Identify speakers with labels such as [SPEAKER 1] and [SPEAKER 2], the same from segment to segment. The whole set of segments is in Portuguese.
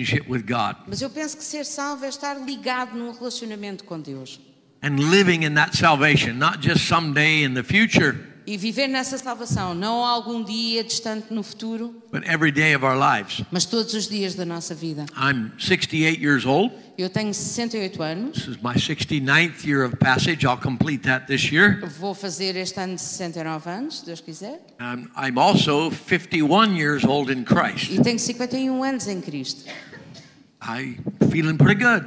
[SPEAKER 1] relationship with God
[SPEAKER 2] Mas eu penso que ser salvo é estar ligado num relacionamento com Deus.
[SPEAKER 1] and living in that salvation, not just someday in the future,
[SPEAKER 2] E viver nessa salvação, não algum dia distante no futuro,
[SPEAKER 1] but every day of our lives.
[SPEAKER 2] mas todos os dias da nossa vida.
[SPEAKER 1] I'm 68 years old.
[SPEAKER 2] Eu tenho 68 anos,
[SPEAKER 1] This is my 69th year of passage. I'll complete that this year.
[SPEAKER 2] vou fazer este ano 69 anos, se Deus quiser,
[SPEAKER 1] Um, I'm also 51 years old in Christ.
[SPEAKER 2] e tenho 51 anos em Cristo.
[SPEAKER 1] I'm feeling pretty good.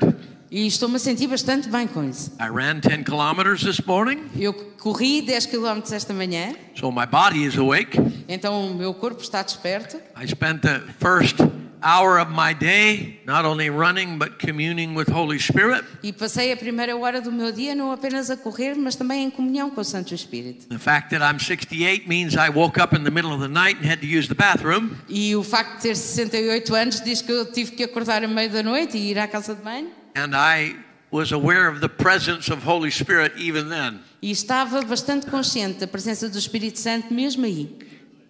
[SPEAKER 2] E estou-me a sentir bastante bem com isso.
[SPEAKER 1] I ran 10 kilometers this morning,
[SPEAKER 2] Eu corri 10 km esta manhã,
[SPEAKER 1] so my body is awake.
[SPEAKER 2] então o meu corpo está desperto.
[SPEAKER 1] I spent the first hour of my day not only running but communing with Holy Spirit.
[SPEAKER 2] E passei a primeira hora do meu dia não apenas a correr, mas também em comunhão com o Santo Espírito.
[SPEAKER 1] The fact that I'm 68 means I woke up in the middle of the night and had to use the bathroom.
[SPEAKER 2] E o facto de ter 68 anos diz que eu tive que acordar a meio da noite e ir à casa de banho.
[SPEAKER 1] And I was aware of the presence of Holy Spirit even then.
[SPEAKER 2] E estava bastante consciente da presença do Espírito Santo mesmo aí.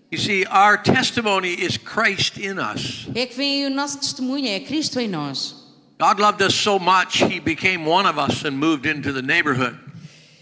[SPEAKER 1] You see, our testimony is Christ in us.
[SPEAKER 2] É que vem aí o nosso testemunho, é Cristo em nós.
[SPEAKER 1] God loved us so much, He became one of us and moved into the neighborhood.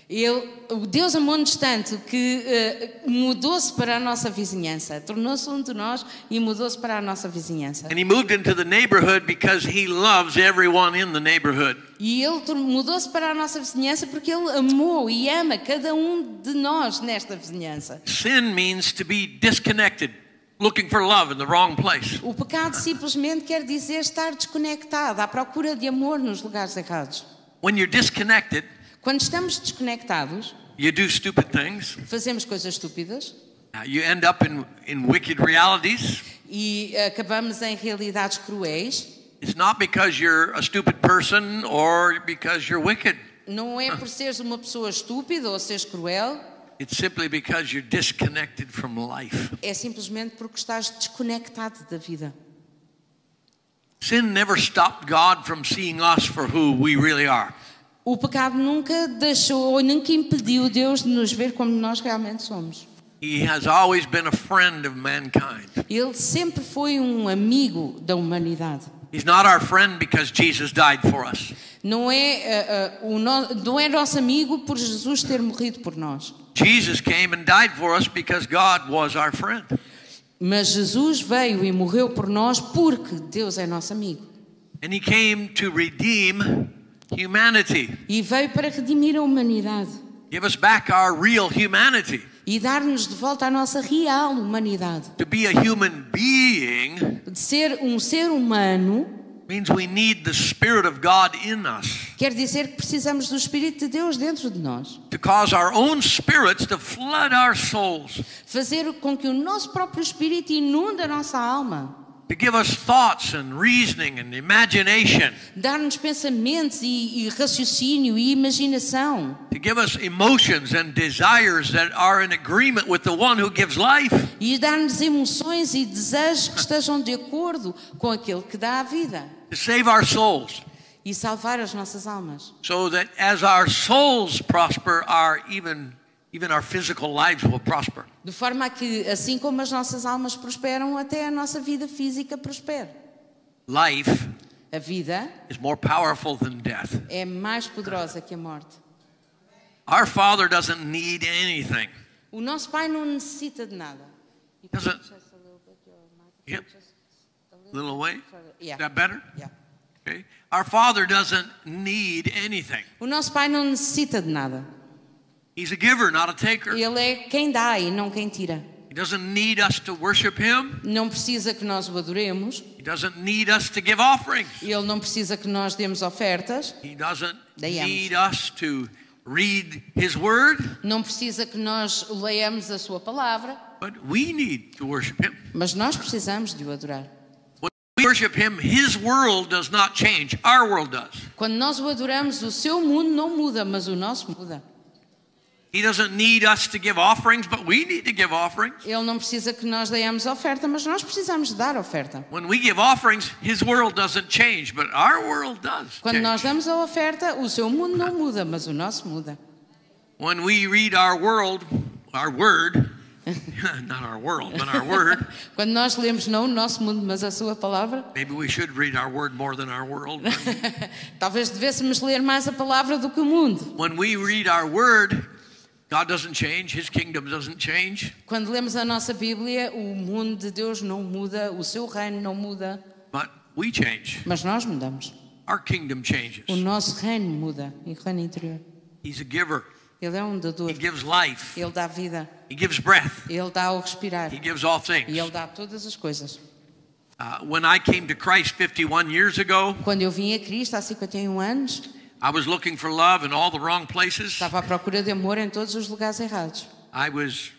[SPEAKER 2] Ele, o Deus amou-nos tanto que eh, mudou-se para a nossa vizinhança. Tornou-se um de nós e mudou-se para a nossa vizinhança.
[SPEAKER 1] And He moved into the neighborhood because He loves everyone in the neighborhood.
[SPEAKER 2] E ele tor- mudou-se para a nossa vizinhança porque ele amou e ama cada um de nós nesta vizinhança.
[SPEAKER 1] Sin means to be disconnected, looking for love in the wrong place.
[SPEAKER 2] O pecado simplesmente quer dizer estar desconectado, à procura de amor nos lugares errados.
[SPEAKER 1] When you're disconnected,
[SPEAKER 2] Quando estamos desconectados,
[SPEAKER 1] you do stupid things.
[SPEAKER 2] fazemos coisas estúpidas
[SPEAKER 1] Uh, You end up in, in wicked realities.
[SPEAKER 2] e acabamos em realidades cruéis.
[SPEAKER 1] It's not because you're a stupid person or because you're wicked.
[SPEAKER 2] Não é por seres uma pessoa estúpida ou seres cruel,
[SPEAKER 1] It's simply because you're disconnected from life.
[SPEAKER 2] é simplesmente porque estás desconectado da vida.
[SPEAKER 1] Sin never stopped God from seeing us for who we really are.
[SPEAKER 2] O pecado nunca deixou ou nunca impediu Deus de nos ver como nós realmente somos.
[SPEAKER 1] He has always been a friend of mankind.
[SPEAKER 2] Ele sempre foi um amigo da humanidade.
[SPEAKER 1] He's not our friend because Jesus died for us.
[SPEAKER 2] Não é, ah, ah, o no- não é nosso amigo por Jesus ter morrido por nós.
[SPEAKER 1] Jesus came and died for us because God was our friend.
[SPEAKER 2] Mas Jesus veio e morreu por nós porque Deus é nosso amigo.
[SPEAKER 1] And he came to redeem humanity,
[SPEAKER 2] E veio para redimir a humanidade
[SPEAKER 1] give us back our real humanity.
[SPEAKER 2] e dar-nos de volta a nossa real humanidade.
[SPEAKER 1] To be a human being
[SPEAKER 2] De ser um ser humano
[SPEAKER 1] means we need the Spirit of God in us
[SPEAKER 2] quer dizer que precisamos do Espírito de Deus dentro de nós.
[SPEAKER 1] to cause our own spirits to flood our souls,
[SPEAKER 2] Fazer com que o nosso próprio Espírito inunde a nossa alma.
[SPEAKER 1] to give us thoughts and reasoning and imagination,
[SPEAKER 2] Dar-nos pensamentos e, e raciocínio e imaginação.
[SPEAKER 1] to give us emotions and desires that are in agreement with the one who gives life.
[SPEAKER 2] e dar-nos emoções e desejos que estejam de acordo com aquele que dá a vida
[SPEAKER 1] To save our souls,
[SPEAKER 2] e salvar as nossas almas.
[SPEAKER 1] so that as our souls prosper, our even even our physical lives will prosper.
[SPEAKER 2] De forma a que, assim como as nossas almas prosperam, até a nossa vida física prospera.
[SPEAKER 1] Life
[SPEAKER 2] A vida
[SPEAKER 1] is more powerful than death.
[SPEAKER 2] é mais poderosa que a morte.
[SPEAKER 1] Our Father doesn't need anything.
[SPEAKER 2] O nosso Pai não necessita de nada.
[SPEAKER 1] Does it- Yep. Little way? Is
[SPEAKER 2] Yeah.
[SPEAKER 1] that better?
[SPEAKER 2] Yeah.
[SPEAKER 1] Okay. Our Father doesn't need anything.
[SPEAKER 2] O nosso Pai não necessita de nada.
[SPEAKER 1] He's a giver, not a taker.
[SPEAKER 2] Ele é quem dá e não quem tira.
[SPEAKER 1] He doesn't need us to worship Him.
[SPEAKER 2] Não precisa que nós o adoremos.
[SPEAKER 1] He doesn't need us to give offerings.
[SPEAKER 2] Ele não precisa que nós demos ofertas.
[SPEAKER 1] He doesn't
[SPEAKER 2] They am.
[SPEAKER 1] need us to read His Word,
[SPEAKER 2] Não precisa que nós leamos a sua palavra,
[SPEAKER 1] but we need to worship Him.
[SPEAKER 2] mas nós precisamos de o adorar.
[SPEAKER 1] When we worship Him, His world does not change. Our world does.
[SPEAKER 2] Quando nós o adoramos, o seu mundo não muda, mas o nosso muda.
[SPEAKER 1] He doesn't need us to give offerings, but we need to give offerings.
[SPEAKER 2] Ele não precisa que nós leamos oferta, mas nós precisamos de dar oferta.
[SPEAKER 1] When we give offerings, His world doesn't change, but our world does.
[SPEAKER 2] Quando
[SPEAKER 1] change.
[SPEAKER 2] nós damos a oferta, o seu mundo não muda, mas o nosso muda.
[SPEAKER 1] When we read our world, our word, Not our world, but our word.
[SPEAKER 2] Quando nós lemos não o nosso mundo, mas a sua palavra,
[SPEAKER 1] Maybe we should read our word more than our world. But
[SPEAKER 2] talvez devêssemos ler mais a palavra do que o mundo.
[SPEAKER 1] when we read our word, God doesn't change, his kingdom doesn't change.
[SPEAKER 2] Quando lemos a nossa Bíblia, o mundo de Deus não muda, o seu reino não muda,
[SPEAKER 1] But we change.
[SPEAKER 2] mas nós mudamos.
[SPEAKER 1] Our kingdom
[SPEAKER 2] O
[SPEAKER 1] changes.
[SPEAKER 2] nosso reino muda, e o reino interior.
[SPEAKER 1] He's a giver.
[SPEAKER 2] Ele é um dador.
[SPEAKER 1] He gives life.
[SPEAKER 2] Ele dá vida,
[SPEAKER 1] He gives breath.
[SPEAKER 2] ele dá o respirar
[SPEAKER 1] He gives all
[SPEAKER 2] e ele
[SPEAKER 1] things.
[SPEAKER 2] dá todas as coisas.
[SPEAKER 1] Uh, when I came to Christ 51 years ago,
[SPEAKER 2] Quando eu vim a Cristo há 51 anos,
[SPEAKER 1] I was looking for love in all the wrong places.
[SPEAKER 2] estava à procura de amor em todos os lugares errados.
[SPEAKER 1] I was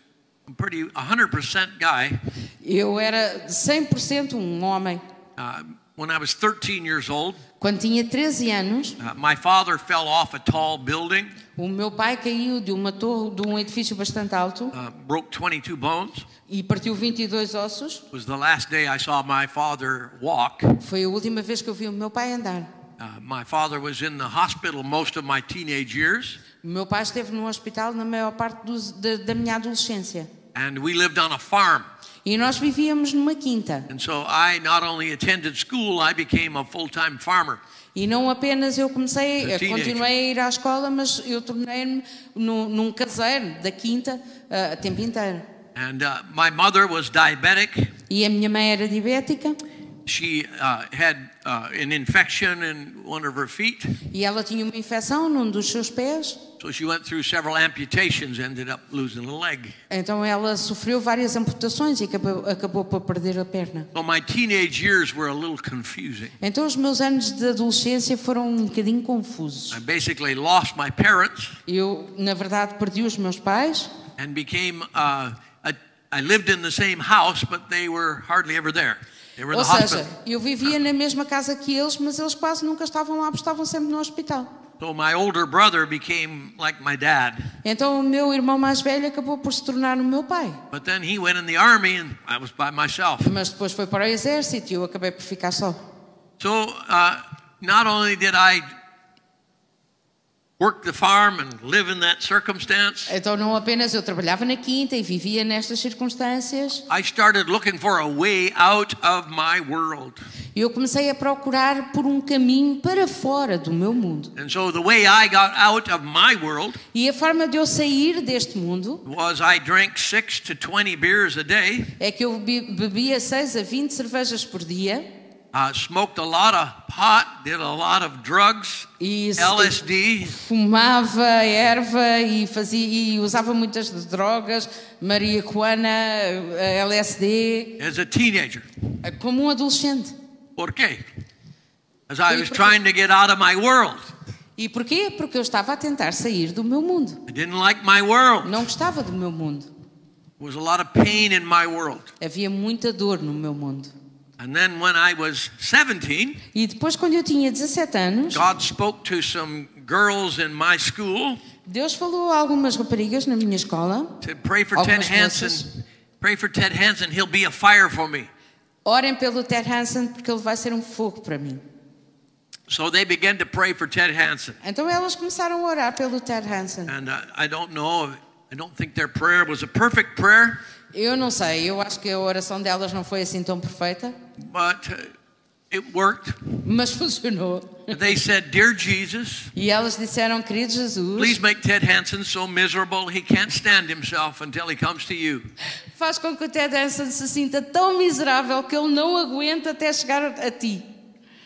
[SPEAKER 1] a pretty 100% guy.
[SPEAKER 2] Eu era 100% um homem.
[SPEAKER 1] Uh, when I was 13 years old,
[SPEAKER 2] Quando tinha 13 anos,
[SPEAKER 1] uh, my father fell off a tall building,
[SPEAKER 2] o meu pai caiu de uma torre de um edifício bastante alto
[SPEAKER 1] uh, broke 22 bones.
[SPEAKER 2] e partiu 22 ossos.
[SPEAKER 1] It was the last day I saw my father walk.
[SPEAKER 2] Foi a última vez que eu vi o meu pai andar.
[SPEAKER 1] Uh, my father was in the hospital most of my teenage years,
[SPEAKER 2] O meu pai esteve no hospital na maior parte dos- da- da minha adolescência.
[SPEAKER 1] and we lived on a farm.
[SPEAKER 2] E nós vivíamos numa quinta.
[SPEAKER 1] And so I not only attended school, I became a full time farmer.
[SPEAKER 2] E não apenas eu comecei,
[SPEAKER 1] The
[SPEAKER 2] eu
[SPEAKER 1] teenager.
[SPEAKER 2] continuei a ir à escola, mas eu tornei-me num, num caseiro da quinta ah, o tempo inteiro.
[SPEAKER 1] And uh, my mother was diabetic.
[SPEAKER 2] E a minha mãe era diabética
[SPEAKER 1] She uh, had uh, an infection in one of her feet,
[SPEAKER 2] e ela tinha uma infecção num dos seus pés,
[SPEAKER 1] so she went through several amputations, ended up losing a leg.
[SPEAKER 2] então ela sofreu várias amputações e acabou, acabou por perder a perna.
[SPEAKER 1] So my teenage years were a little confusing.
[SPEAKER 2] Então os meus anos de adolescência foram um bocadinho
[SPEAKER 1] I
[SPEAKER 2] confusos.
[SPEAKER 1] basically lost my parents
[SPEAKER 2] Eu, na verdade, perdi os meus pais
[SPEAKER 1] and became, uh, a, I lived in the same house, but they were hardly ever there. They were in
[SPEAKER 2] Ou
[SPEAKER 1] the
[SPEAKER 2] seja,
[SPEAKER 1] hospital.
[SPEAKER 2] eu vivia na mesma casa que eles, mas eles quase nunca estavam lá, porque estavam sempre no hospital.
[SPEAKER 1] So my older brother became like my dad,
[SPEAKER 2] Então o meu irmão mais velho acabou por se tornar o meu pai.
[SPEAKER 1] but then he went in the army and I was by myself.
[SPEAKER 2] Mas depois foi para o exército e eu acabei por ficar só.
[SPEAKER 1] So uh, not only did I work the farm and live in that circumstance,
[SPEAKER 2] Então não apenas eu trabalhava na quinta e vivia nestas circunstâncias,
[SPEAKER 1] I started looking for a way out of my world.
[SPEAKER 2] eu comecei a procurar por um caminho para fora do meu mundo.
[SPEAKER 1] And so the way I got out of my world
[SPEAKER 2] E a forma de eu sair deste mundo
[SPEAKER 1] was I drank six to 20 beers a day,
[SPEAKER 2] é que eu be- bebia 6 a 20 cervejas por dia
[SPEAKER 1] uh, smoked a lot of pot, did a lot of drugs,
[SPEAKER 2] e s-
[SPEAKER 1] LSD,
[SPEAKER 2] fumava erva e fazia e usava muitas drogas, marihuana, eh, LSD,
[SPEAKER 1] as a teenager.
[SPEAKER 2] eh, como um adolescente.
[SPEAKER 1] Por qué? As I was trying to get out of my world.
[SPEAKER 2] E porquê? Porque eu estava a tentar sair do meu mundo.
[SPEAKER 1] I didn't like my world. There
[SPEAKER 2] Não gostava do meu mundo.
[SPEAKER 1] was a lot of pain in my world.
[SPEAKER 2] Havia muita dor no meu mundo.
[SPEAKER 1] And then when I was 17,
[SPEAKER 2] E depois, quando eu tinha 17 anos,
[SPEAKER 1] God spoke to some girls in my school,
[SPEAKER 2] Deus falou a algumas raparigas na minha escola:
[SPEAKER 1] said, Pray for
[SPEAKER 2] Algumas
[SPEAKER 1] Ted
[SPEAKER 2] moças.
[SPEAKER 1] Hansen. Pray for Ted Hansen. He'll be a fire for me.
[SPEAKER 2] orem pelo Ted Hansen porque ele vai ser um fogo para mim.
[SPEAKER 1] So they began to pray for Ted Hansen.
[SPEAKER 2] Então elas começaram a orar pelo Ted Hansen.
[SPEAKER 1] And uh, I don't know, I don't think their prayer was a perfect prayer,
[SPEAKER 2] Eu não sei, eu acho que a oração delas não foi assim tão perfeita,
[SPEAKER 1] but uh, it worked.
[SPEAKER 2] mas funcionou.
[SPEAKER 1] They said, Dear Jesus,
[SPEAKER 2] E elas disseram: Querido Jesus,
[SPEAKER 1] Please make Ted Hansen so miserable he can't stand himself until he comes to you.
[SPEAKER 2] faz com que o Ted Hansen se sinta tão miserável que ele não aguenta até chegar a ti.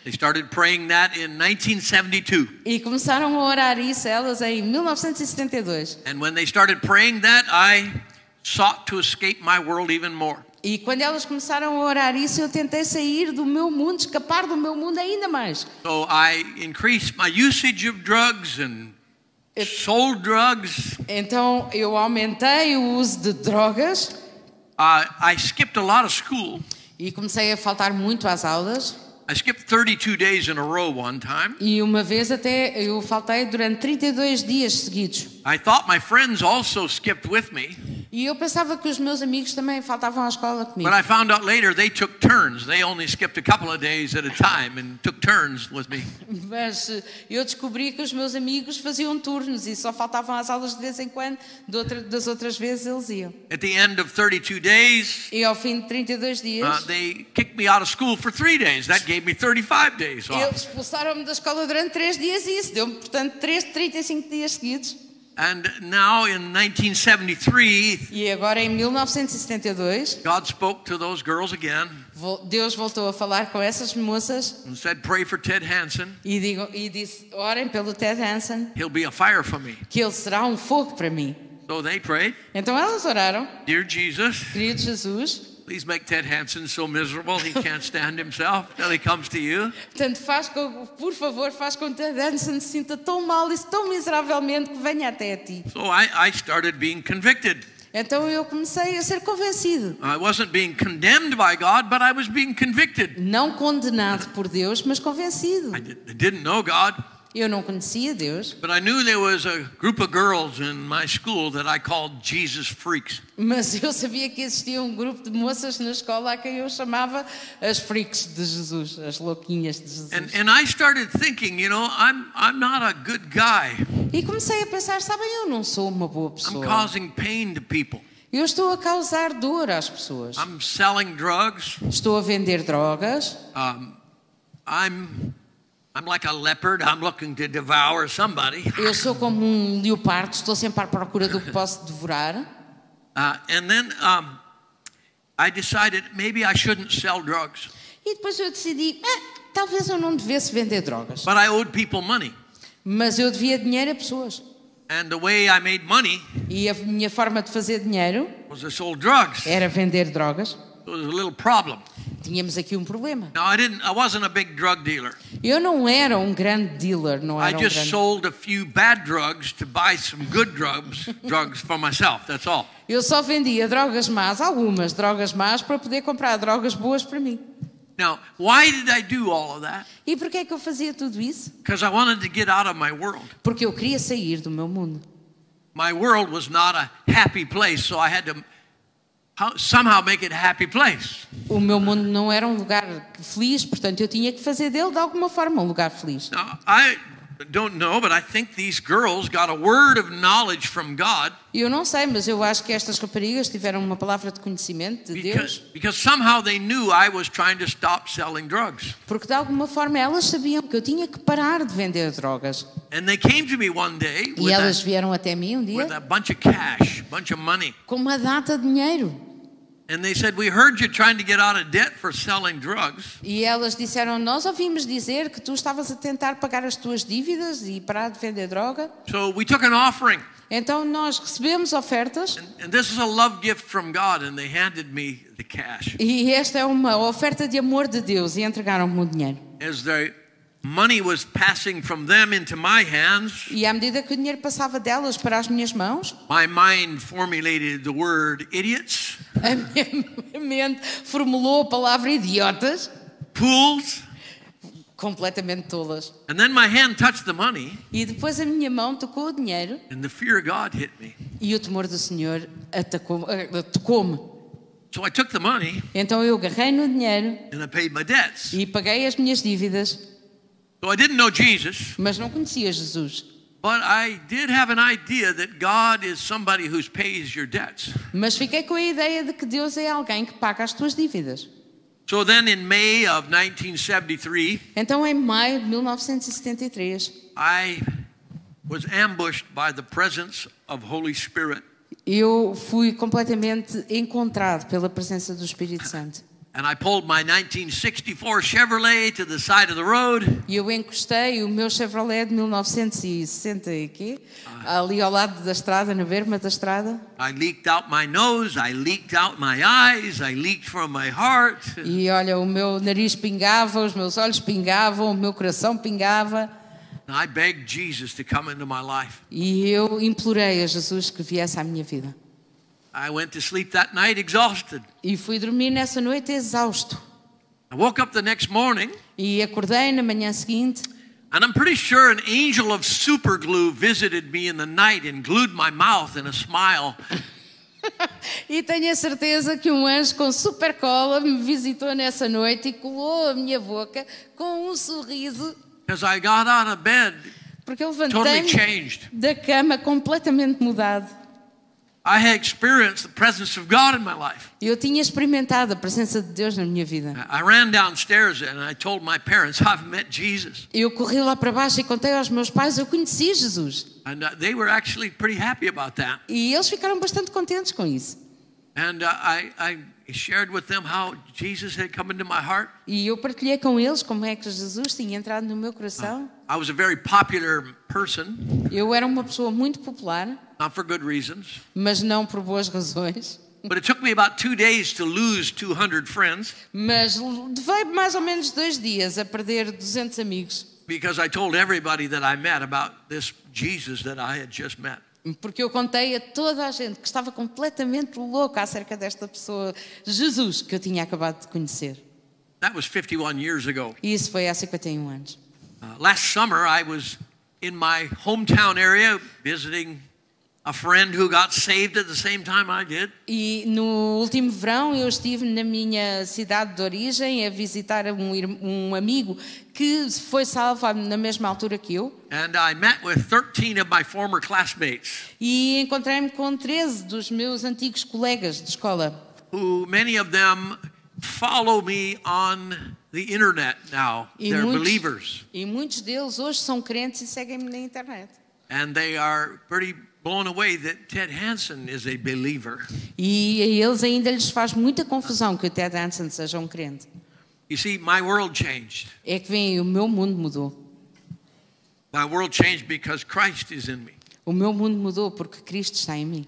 [SPEAKER 1] They started praying that in 1972.
[SPEAKER 2] E começaram a orar isso elas em 1972.
[SPEAKER 1] And when they started praying that, I sought to escape my world even more.
[SPEAKER 2] E quando elas começaram a orar isso, eu tentei sair do meu mundo, escapar do meu mundo ainda mais.
[SPEAKER 1] So I increased my usage of drugs and
[SPEAKER 2] It-
[SPEAKER 1] sold drugs.
[SPEAKER 2] Então eu aumentei o uso de drogas
[SPEAKER 1] Uh, I skipped a lot of school.
[SPEAKER 2] e comecei a faltar muito às aulas.
[SPEAKER 1] I skipped 32 days in a row one time.
[SPEAKER 2] E uma vez até eu faltei durante 32 dias seguidos.
[SPEAKER 1] I thought my friends also skipped with me.
[SPEAKER 2] E eu pensava que os meus amigos também faltavam à escola comigo.
[SPEAKER 1] But I found out later they took turns. They only skipped a couple of days at a time and took turns with me.
[SPEAKER 2] Mas eh, eu descobri que os meus amigos faziam turnos e só faltavam às aulas de vez em quando, de outra- das outras vezes eles iam.
[SPEAKER 1] At the end of 32 days,
[SPEAKER 2] E ao fim de 32 dias,
[SPEAKER 1] uh, they kicked me out of school for three days. That gave me 35 days off.
[SPEAKER 2] eles expulsaram-me da escola durante 3 dias e isso deu-me, portanto, 3, 35 dias seguidos.
[SPEAKER 1] And now in 1973,
[SPEAKER 2] E agora em 1972,
[SPEAKER 1] God spoke to those girls again
[SPEAKER 2] vo- Deus voltou a falar com essas moças
[SPEAKER 1] and said, Pray for Ted Hansen.
[SPEAKER 2] e, digo- e disse: Orem pelo Ted Hansen,
[SPEAKER 1] He'll be a fire for me.
[SPEAKER 2] que ele será um fogo para mim.
[SPEAKER 1] So they prayed,
[SPEAKER 2] Então elas oraram,
[SPEAKER 1] Dear Jesus,
[SPEAKER 2] querido Jesus,
[SPEAKER 1] please make Ted Hansen so miserable he can't stand himself till he comes to you.
[SPEAKER 2] Portanto, faz com, por favor, faz com que Ted Hansen se sinta tão mal e tão miseravelmente que venha até a ti.
[SPEAKER 1] So I, I started being convicted.
[SPEAKER 2] Então eu comecei a ser convencido.
[SPEAKER 1] I wasn't being condemned by God, but I was being convicted.
[SPEAKER 2] Não condenado por Deus, mas convencido.
[SPEAKER 1] I di- didn't know God,
[SPEAKER 2] Eu não conhecia Deus,
[SPEAKER 1] but I knew there was a group of girls in my school that I called Jesus freaks.
[SPEAKER 2] mas eu sabia que existia um grupo de moças na escola a quem eu chamava as freaks de Jesus, as louquinhas de Jesus.
[SPEAKER 1] And, and I started thinking, you know, I'm, I'm not a good guy.
[SPEAKER 2] E comecei a pensar, sabem, eu não sou uma boa
[SPEAKER 1] I'm
[SPEAKER 2] pessoa.
[SPEAKER 1] causing pain to people.
[SPEAKER 2] Eu estou a causar dor às pessoas.
[SPEAKER 1] I'm selling drugs.
[SPEAKER 2] Estou a vender drogas.
[SPEAKER 1] Um, I'm, I'm like a leopard. I'm looking to devour somebody.
[SPEAKER 2] Eu sou como um leopardo, estou sempre à procura do que posso devorar.
[SPEAKER 1] Uh, and then um, I decided maybe I shouldn't sell drugs,
[SPEAKER 2] E depois eu decidi, "Ah, talvez eu não devesse vender drogas.
[SPEAKER 1] but I owed people money.
[SPEAKER 2] Mas eu devia dinheiro a pessoas.
[SPEAKER 1] And the way I made money
[SPEAKER 2] E a minha forma de fazer dinheiro
[SPEAKER 1] was I sold drugs. So
[SPEAKER 2] era vender drogas.
[SPEAKER 1] It was a little problem.
[SPEAKER 2] Tínhamos aqui um problema.
[SPEAKER 1] Now I didn't. I wasn't a big drug dealer.
[SPEAKER 2] Eu não era um grande dealer, não
[SPEAKER 1] I
[SPEAKER 2] era um
[SPEAKER 1] just
[SPEAKER 2] grande...
[SPEAKER 1] sold a few bad drugs to buy some good drugs, drugs for myself. That's all.
[SPEAKER 2] Eu só vendia drogas más, algumas drogas más, para poder comprar drogas boas para mim.
[SPEAKER 1] Now, why did I do all of that?
[SPEAKER 2] E porquê é que eu fazia tudo isso?
[SPEAKER 1] Because I wanted to get out of my world.
[SPEAKER 2] Porque eu queria sair do meu mundo.
[SPEAKER 1] My world was not a happy place, so I had to how- somehow make it a happy place.
[SPEAKER 2] O meu mundo não era um lugar feliz, portanto eu tinha que fazer dele de alguma forma um lugar feliz.
[SPEAKER 1] Now, I don't know, but I think these girls got a word of knowledge from God
[SPEAKER 2] E Eu não sei, mas eu acho que estas raparigas tiveram uma palavra de conhecimento de
[SPEAKER 1] because,
[SPEAKER 2] Deus,
[SPEAKER 1] because somehow they knew I was trying to stop selling drugs.
[SPEAKER 2] porque de alguma forma elas sabiam que eu tinha que parar de vender drogas.
[SPEAKER 1] And they came to me one day
[SPEAKER 2] E
[SPEAKER 1] with,
[SPEAKER 2] elas
[SPEAKER 1] a,
[SPEAKER 2] vieram até mim um
[SPEAKER 1] with
[SPEAKER 2] dia
[SPEAKER 1] a bunch of cash, bunch of money.
[SPEAKER 2] com uma data de dinheiro.
[SPEAKER 1] And they said, We heard you're trying to get out of debt for selling drugs.
[SPEAKER 2] E elas disseram: Nós ouvimos dizer que tu estavas a tentar pagar as tuas dívidas e parar de vender droga.
[SPEAKER 1] So we took an offering.
[SPEAKER 2] Então nós recebemos ofertas.
[SPEAKER 1] And, and this is a love gift from God, and they handed me the cash.
[SPEAKER 2] E esta é uma oferta de amor de Deus e entregaram-me o dinheiro.
[SPEAKER 1] As the money was passing from them into my hands,
[SPEAKER 2] E à medida que o dinheiro passava delas para as minhas mãos,
[SPEAKER 1] my mind formulated the word idiots,
[SPEAKER 2] a minha mente formulou a palavra idiotas,
[SPEAKER 1] pools,
[SPEAKER 2] completamente tolas.
[SPEAKER 1] and then my hand touched the money,
[SPEAKER 2] E depois a minha mão tocou o dinheiro
[SPEAKER 1] and the fear of God hit me.
[SPEAKER 2] e o temor do Senhor atacou- eh, tocou-me.
[SPEAKER 1] So I took the money
[SPEAKER 2] Então eu agarrei no dinheiro
[SPEAKER 1] and I paid my debts.
[SPEAKER 2] e paguei as minhas dívidas,
[SPEAKER 1] So I didn't know Jesus,
[SPEAKER 2] mas não conhecia Jesus.
[SPEAKER 1] but I did have an idea that God is somebody who pays your debts.
[SPEAKER 2] Mas fiquei com a ideia de que Deus é alguém que paga as tuas dívidas.
[SPEAKER 1] So then in May of 1973,
[SPEAKER 2] Então, em maio de 1973,
[SPEAKER 1] I was ambushed by the presence of Holy Spirit,
[SPEAKER 2] eu fui completamente encontrado pela presença do Espírito Santo.
[SPEAKER 1] and I pulled my 1964 Chevrolet to the side of the road,
[SPEAKER 2] E eu encostei o meu Chevrolet de 1960 e quê? ali ao lado da estrada, na berma da estrada,
[SPEAKER 1] I leaked out my nose, I leaked out my eyes, I leaked from my heart,
[SPEAKER 2] e olha, o meu nariz pingava, os meus olhos pingavam, o meu coração pingava,
[SPEAKER 1] and I begged Jesus to come into my life.
[SPEAKER 2] e eu implorei a Jesus que viesse à minha vida.
[SPEAKER 1] I went to sleep that night exhausted.
[SPEAKER 2] E fui dormir nessa noite exausto.
[SPEAKER 1] I woke up the next morning,
[SPEAKER 2] E acordei na manhã seguinte,
[SPEAKER 1] and I'm pretty sure an angel of super glue visited me in the night and glued my mouth in a smile
[SPEAKER 2] E tenho a certeza que um anjo com super cola me visitou nessa noite e colou a minha boca com um sorriso,
[SPEAKER 1] Because I got out of bed,
[SPEAKER 2] porque eu
[SPEAKER 1] totally
[SPEAKER 2] levantei-me
[SPEAKER 1] changed.
[SPEAKER 2] da cama completamente mudado.
[SPEAKER 1] I had experienced the presence of God in my life.
[SPEAKER 2] Eu tinha experimentado a presença de Deus na minha vida.
[SPEAKER 1] I I ran downstairs and I told my parents, I've met Jesus.
[SPEAKER 2] Eu corri lá para baixo e contei aos meus pais, eu conheci Jesus.
[SPEAKER 1] And uh, they were actually pretty happy about that.
[SPEAKER 2] E eles ficaram bastante contentes com isso.
[SPEAKER 1] And uh, I, I shared with them how Jesus had come into my heart.
[SPEAKER 2] E eu partilhei com eles como é que Jesus tinha entrado no meu coração.
[SPEAKER 1] I was a very popular person,
[SPEAKER 2] Eu era uma pessoa muito popular,
[SPEAKER 1] not for good reasons.
[SPEAKER 2] mas não por boas razões.
[SPEAKER 1] But it took me about two days to lose 200 friends
[SPEAKER 2] Mas levei mais ou menos dois dias a perder 200 amigos,
[SPEAKER 1] because I told everybody that I met about this Jesus that I had just met.
[SPEAKER 2] porque eu contei a toda a gente que estava completamente louca acerca desta pessoa, Jesus, que eu tinha acabado de conhecer.
[SPEAKER 1] That was 51 years ago.
[SPEAKER 2] E isso foi há 51 anos.
[SPEAKER 1] Uh, last summer, I was in my hometown area visiting a friend who got saved at the same time I did.
[SPEAKER 2] E no último verão eu estive na minha cidade de origem a visitar um, ir- um amigo que foi salvo na mesma altura que eu
[SPEAKER 1] And I met with 13 of my former classmates,
[SPEAKER 2] e encontrei-me com 13 dos meus antigos colegas de escola.
[SPEAKER 1] who many of them follow me on the internet now.
[SPEAKER 2] E
[SPEAKER 1] They're
[SPEAKER 2] muitos-
[SPEAKER 1] believers,
[SPEAKER 2] E muitos deles hoje são crentes e seguem-me na internet.
[SPEAKER 1] and they are pretty blown away that Ted Hansen is a believer.
[SPEAKER 2] E a eles ainda lhes faz muita confusão que o Ted Hansen seja um crente.
[SPEAKER 1] You see, my world changed.
[SPEAKER 2] É que vem, o meu mundo mudou.
[SPEAKER 1] My world changed because Christ is in me.
[SPEAKER 2] O meu mundo mudou porque Cristo está em mim.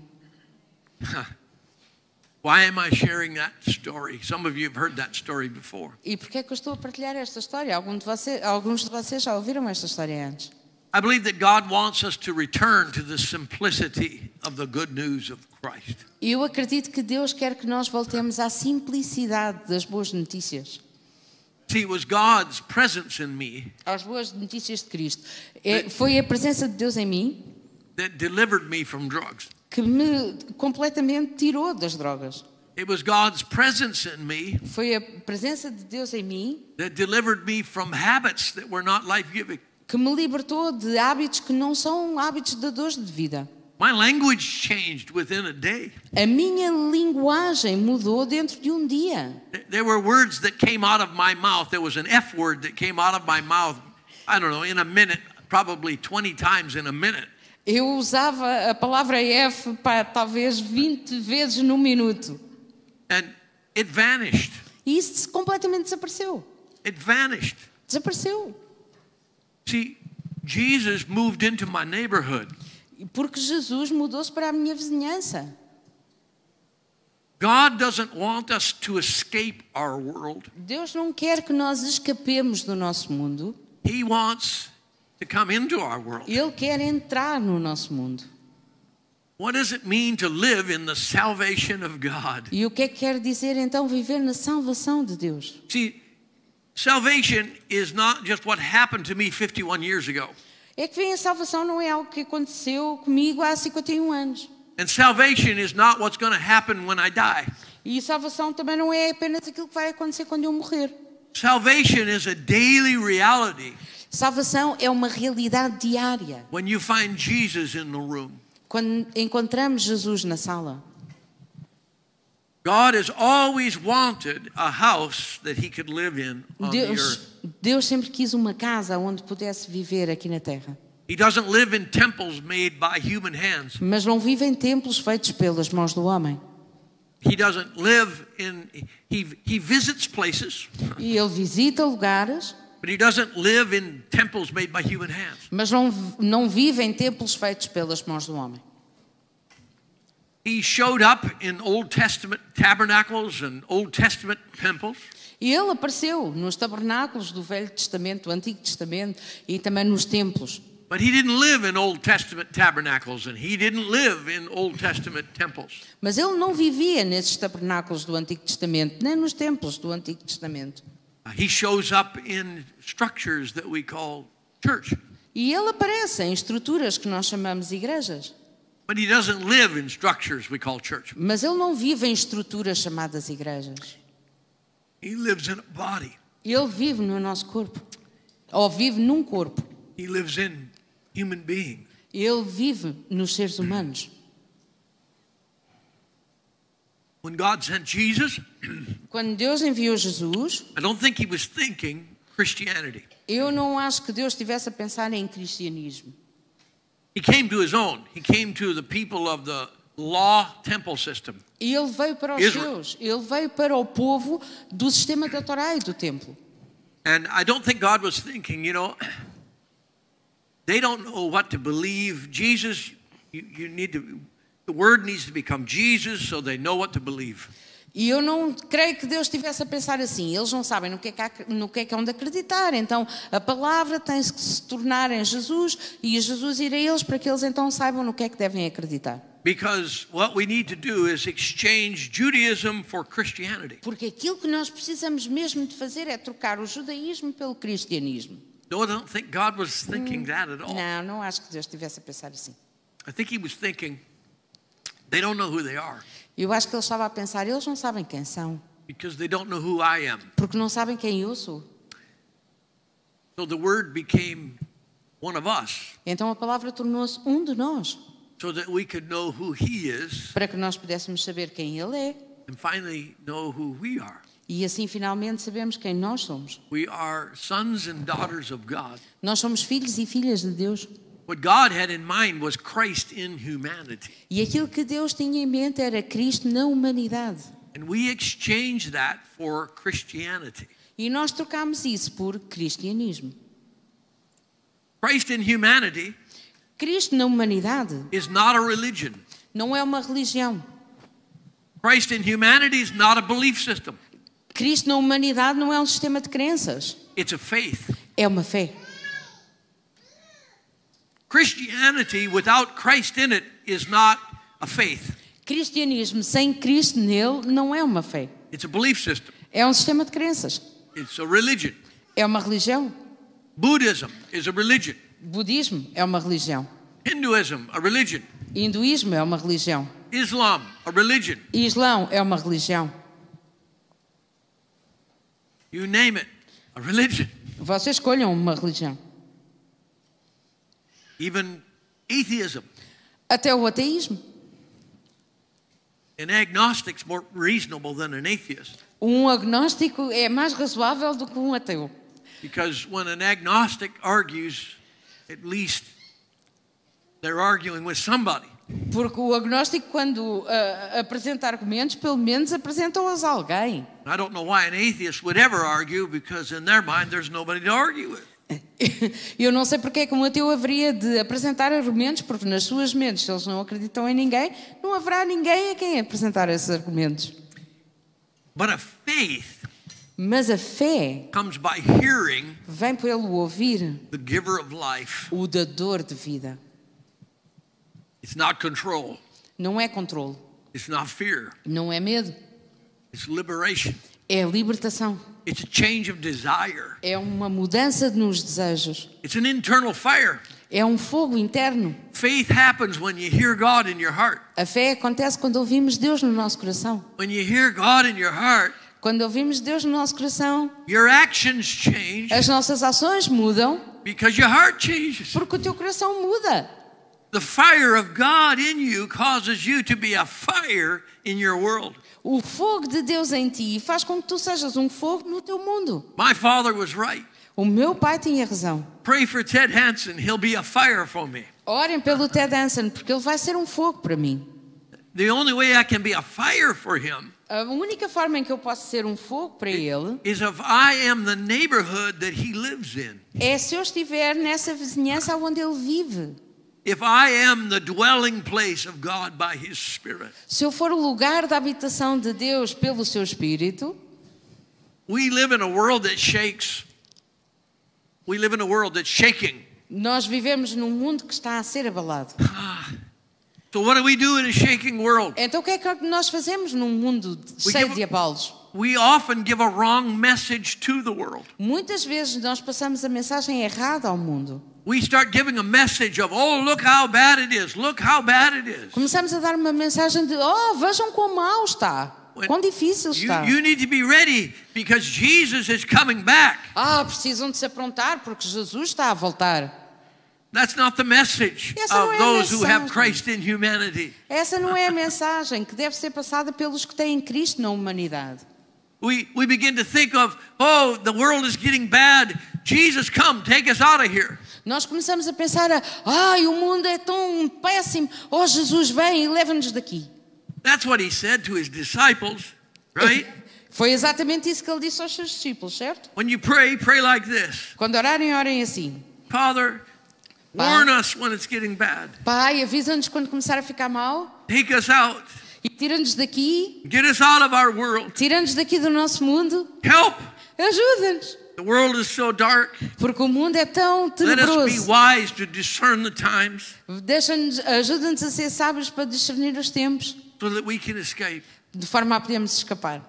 [SPEAKER 1] Why am I sharing that story? Some of you have heard that story before.
[SPEAKER 2] E porquê é que eu estou a partilhar esta história? Algum de você- alguns de vocês já ouviram esta história antes.
[SPEAKER 1] I believe that God wants us to return to the simplicity of the good news of Christ.
[SPEAKER 2] Eu acredito que Deus quer que nós voltemos à simplicidade das boas notícias.
[SPEAKER 1] See, it was God's presence in me
[SPEAKER 2] Às boas notícias de Cristo. É, foi a presença de Deus em mim
[SPEAKER 1] that delivered me from drugs.
[SPEAKER 2] que me completamente tirou das drogas.
[SPEAKER 1] It was God's presence in me
[SPEAKER 2] Foi a presença de Deus em mim
[SPEAKER 1] that delivered me from habits that were not life giving.
[SPEAKER 2] que me libertou de hábitos que não são hábitos dadores de vida.
[SPEAKER 1] My language changed within a day.
[SPEAKER 2] A minha linguagem mudou dentro de um dia.
[SPEAKER 1] Th- There were words that came out of my mouth. There was an F word that came out of my mouth, I don't know, in a minute, probably 20 times in a minute.
[SPEAKER 2] Eu usava a palavra F pá, talvez 20 vezes no minuto.
[SPEAKER 1] And it vanished.
[SPEAKER 2] E isso completamente desapareceu.
[SPEAKER 1] It vanished.
[SPEAKER 2] Desapareceu.
[SPEAKER 1] See, Jesus moved into my neighborhood.
[SPEAKER 2] Porque Jesus mudou-se para a minha vizinhança.
[SPEAKER 1] God doesn't want us to escape our world.
[SPEAKER 2] Deus não quer que nós escapemos do nosso mundo.
[SPEAKER 1] He wants to come into our world.
[SPEAKER 2] Ele quer entrar no nosso mundo.
[SPEAKER 1] What does it mean to live in the salvation of God?
[SPEAKER 2] E o que é que quer dizer então viver na salvação de Deus?
[SPEAKER 1] See, salvation is not just what happened to me 51 years ago.
[SPEAKER 2] É que vem a salvação não é algo que aconteceu comigo há 51 anos.
[SPEAKER 1] And salvation is not what's going to happen when I die.
[SPEAKER 2] E salvação também não é apenas aquilo que vai acontecer quando eu morrer.
[SPEAKER 1] Salvation is a daily reality
[SPEAKER 2] Salvação é uma realidade diária.
[SPEAKER 1] when you find Jesus in the room.
[SPEAKER 2] Quando encontramos Jesus na sala,
[SPEAKER 1] God has always wanted a house that he could live in on the earth.
[SPEAKER 2] Deus, Deus sempre quis uma casa onde pudesse viver aqui na terra.
[SPEAKER 1] He doesn't live in temples made by human hands.
[SPEAKER 2] Mas não vive em templos feitos pelas mãos do homem.
[SPEAKER 1] He doesn't live in he he visits places,
[SPEAKER 2] E ele visita lugares,
[SPEAKER 1] but he doesn't live in temples made by human hands.
[SPEAKER 2] mas não, não vive em templos feitos pelas mãos do homem.
[SPEAKER 1] He showed up in Old Testament tabernacles and Old Testament temples.
[SPEAKER 2] E ele apareceu nos tabernáculos do Velho Testamento, do Antigo Testamento e também nos templos.
[SPEAKER 1] But he didn't live in Old Testament tabernacles and he didn't live in Old Testament temples.
[SPEAKER 2] Mas ele não vivia nesses tabernáculos do Antigo Testamento, nem nos templos do Antigo Testamento.
[SPEAKER 1] Uh, He shows up in structures that we call church.
[SPEAKER 2] E ele aparece em estruturas que nós chamamos igrejas.
[SPEAKER 1] But he doesn't live in structures we call church.
[SPEAKER 2] Mas ele não vive em estruturas chamadas igrejas.
[SPEAKER 1] He lives in a body.
[SPEAKER 2] Ele vive no nosso corpo. Ou vive num corpo.
[SPEAKER 1] He lives in human beings.
[SPEAKER 2] Ele vive nos seres humanos.
[SPEAKER 1] When God sent Jesus,
[SPEAKER 2] Quando Deus enviou Jesus,
[SPEAKER 1] I don't think he was thinking Christianity.
[SPEAKER 2] eu não acho que Deus estivesse a pensar em cristianismo.
[SPEAKER 1] He came to his own. He came to the people of the law temple system.
[SPEAKER 2] E Ele veio para os
[SPEAKER 1] Israel.
[SPEAKER 2] seus, ele veio para o povo do sistema da Torá e do templo.
[SPEAKER 1] And I don't think God was thinking, you know, they don't know what to believe. Jesus, you, you need to, the word needs to become Jesus so they know what to believe.
[SPEAKER 2] E eu não creio que Deus estivesse a pensar assim. Eles não sabem no que é que, há, no que, é que hão de acreditar. Então a palavra tem que se tornar em Jesus e Jesus ir a eles para que eles então saibam no que é que devem acreditar.
[SPEAKER 1] Because what we need to do is exchange Judaism for Christianity.
[SPEAKER 2] Porque aquilo que nós precisamos mesmo de fazer é trocar o judaísmo pelo cristianismo.
[SPEAKER 1] No, I don't think God was thinking that at all.
[SPEAKER 2] Não, não acho que Deus estivesse a pensar assim.
[SPEAKER 1] I think he was thinking, they don't know who they are
[SPEAKER 2] Eu acho que ele estava a pensar, eles não sabem quem são,
[SPEAKER 1] because they don't know who I am.
[SPEAKER 2] porque não sabem quem eu sou.
[SPEAKER 1] So the word became one of us
[SPEAKER 2] Então a palavra tornou-se um de nós,
[SPEAKER 1] so that we could know who he is
[SPEAKER 2] para que nós pudéssemos saber quem ele é
[SPEAKER 1] and finally know who we are.
[SPEAKER 2] e assim finalmente sabemos quem nós somos.
[SPEAKER 1] We are sons and daughters of God.
[SPEAKER 2] Nós somos filhos e filhas de Deus.
[SPEAKER 1] What God had in mind was Christ in humanity.
[SPEAKER 2] E aquilo que Deus tinha em mente era Cristo na humanidade.
[SPEAKER 1] And we exchange that for Christianity.
[SPEAKER 2] E nós trocámos isso por cristianismo.
[SPEAKER 1] Christ in humanity
[SPEAKER 2] Cristo na humanidade
[SPEAKER 1] is not a religion.
[SPEAKER 2] não é uma religião.
[SPEAKER 1] Christ in humanity is not a belief system.
[SPEAKER 2] Cristo na humanidade não é um sistema de crenças,
[SPEAKER 1] It's a faith.
[SPEAKER 2] é uma fé.
[SPEAKER 1] Christianity without Christ in it is not a faith.
[SPEAKER 2] Cristianismo sem Cristo nele não é uma fé,
[SPEAKER 1] It's a belief system.
[SPEAKER 2] é um sistema de crenças,
[SPEAKER 1] It's a religion.
[SPEAKER 2] é uma religião.
[SPEAKER 1] Buddhism is a religion.
[SPEAKER 2] Budismo é uma religião.
[SPEAKER 1] Hinduism, a religion.
[SPEAKER 2] Hinduísmo é uma religião.
[SPEAKER 1] Islam, a religion.
[SPEAKER 2] Islão é uma religião.
[SPEAKER 1] You name it, a religion.
[SPEAKER 2] Vocês escolham uma religião.
[SPEAKER 1] Even atheism.
[SPEAKER 2] Até o ateísmo.
[SPEAKER 1] An agnostic's more reasonable than an atheist
[SPEAKER 2] Um agnóstico é mais razoável do que um ateu.
[SPEAKER 1] because when an agnostic argues, at least they're arguing with somebody.
[SPEAKER 2] Porque o agnóstico, quando ah, apresenta argumentos, pelo menos apresenta-os a alguém.
[SPEAKER 1] I don't know why an atheist would ever argue because in their mind there's nobody to argue with.
[SPEAKER 2] Eu não sei porque é que um ateu haveria de apresentar argumentos, porque nas suas mentes, se eles não acreditam em ninguém, não haverá ninguém a quem apresentar esses argumentos.
[SPEAKER 1] But a faith
[SPEAKER 2] Mas a fé
[SPEAKER 1] comes by hearing
[SPEAKER 2] vem pelo ouvir
[SPEAKER 1] the giver of life.
[SPEAKER 2] o dador de vida.
[SPEAKER 1] It's not control,
[SPEAKER 2] Não é controle,
[SPEAKER 1] it's not fear,
[SPEAKER 2] não é medo,
[SPEAKER 1] it's liberation.
[SPEAKER 2] é libertação.
[SPEAKER 1] It's a change of desire,
[SPEAKER 2] É uma mudança nos desejos.
[SPEAKER 1] it's an internal fire.
[SPEAKER 2] É um fogo interno.
[SPEAKER 1] Faith happens when you hear God in your heart.
[SPEAKER 2] A fé acontece quando ouvimos Deus no nosso coração.
[SPEAKER 1] When you hear God in your heart,
[SPEAKER 2] Quando ouvimos Deus no nosso coração,
[SPEAKER 1] Your actions change
[SPEAKER 2] as nossas ações mudam
[SPEAKER 1] because your heart changes.
[SPEAKER 2] porque o teu coração muda.
[SPEAKER 1] The fire of God in you causes you to be a fire in your world.
[SPEAKER 2] O fogo de Deus em ti faz com que tu sejas um fogo no teu mundo.
[SPEAKER 1] My father was right.
[SPEAKER 2] O meu pai tinha razão.
[SPEAKER 1] Pray for Ted Hansen, he'll be a fire for me.
[SPEAKER 2] Orem pelo Ted Danson, porque ele vai ser um fogo para mim.
[SPEAKER 1] The only way I can be a fire for him
[SPEAKER 2] A única forma em que eu posso ser um fogo para ele
[SPEAKER 1] is if I am the neighborhood that he lives in.
[SPEAKER 2] é se eu estiver nessa vizinhança onde ele vive.
[SPEAKER 1] If I am the dwelling place of God by his spirit.
[SPEAKER 2] Se eu for o lugar da habitação de Deus pelo seu espírito,
[SPEAKER 1] We live in a world that shakes. We live in a world that's shaking.
[SPEAKER 2] nós vivemos num mundo que está a ser abalado.
[SPEAKER 1] So what do we do in a shaking world?
[SPEAKER 2] Então o que é que nós fazemos num mundo de-
[SPEAKER 1] We
[SPEAKER 2] cheio
[SPEAKER 1] give-
[SPEAKER 2] de abalos?
[SPEAKER 1] we often give a wrong message to the world.
[SPEAKER 2] Muitas vezes nós passamos a mensagem errada ao mundo.
[SPEAKER 1] We start giving a message of, oh, look how bad it is, look how bad it is.
[SPEAKER 2] Começamos a dar uma mensagem de: oh, vejam quão mal está, quão difícil
[SPEAKER 1] You,
[SPEAKER 2] está.
[SPEAKER 1] you need to be ready because Jesus is coming back.
[SPEAKER 2] Ah, precisam de se aprontar porque Jesus está a voltar.
[SPEAKER 1] That's not the message
[SPEAKER 2] Yes,
[SPEAKER 1] of
[SPEAKER 2] no, I
[SPEAKER 1] those who have
[SPEAKER 2] understand.
[SPEAKER 1] Christ in humanity.
[SPEAKER 2] Essa não é a mensagem que deve ser passada pelos que têm Cristo na humanidade.
[SPEAKER 1] We, we begin to think of, oh, the world is getting bad. Jesus, come, take us out of here.
[SPEAKER 2] Nós começamos a pensar: ai, o mundo é tão péssimo. Oh, Jesus, vem e leva-nos daqui.
[SPEAKER 1] That's what he said to his disciples, right?
[SPEAKER 2] Foi exatamente isso que ele disse aos seus discípulos, certo?
[SPEAKER 1] when you pray, pray like this
[SPEAKER 2] Quando orarem, orem assim.
[SPEAKER 1] Father,
[SPEAKER 2] Wow.
[SPEAKER 1] warn us when it's getting bad.
[SPEAKER 2] Pai, avisa-nos quando começar a ficar mal
[SPEAKER 1] Take us out.
[SPEAKER 2] e tira-nos daqui,
[SPEAKER 1] Get us out of our world.
[SPEAKER 2] tira-nos daqui do nosso mundo,
[SPEAKER 1] Help.
[SPEAKER 2] ajuda-nos,
[SPEAKER 1] The world is so dark.
[SPEAKER 2] porque o mundo é tão
[SPEAKER 1] Let us be
[SPEAKER 2] tenebroso.
[SPEAKER 1] wise to discern the times
[SPEAKER 2] Deixa-nos, ajuda-nos a ser sábios para discernir os tempos,
[SPEAKER 1] so that we can escape.
[SPEAKER 2] de forma a podermos escapar.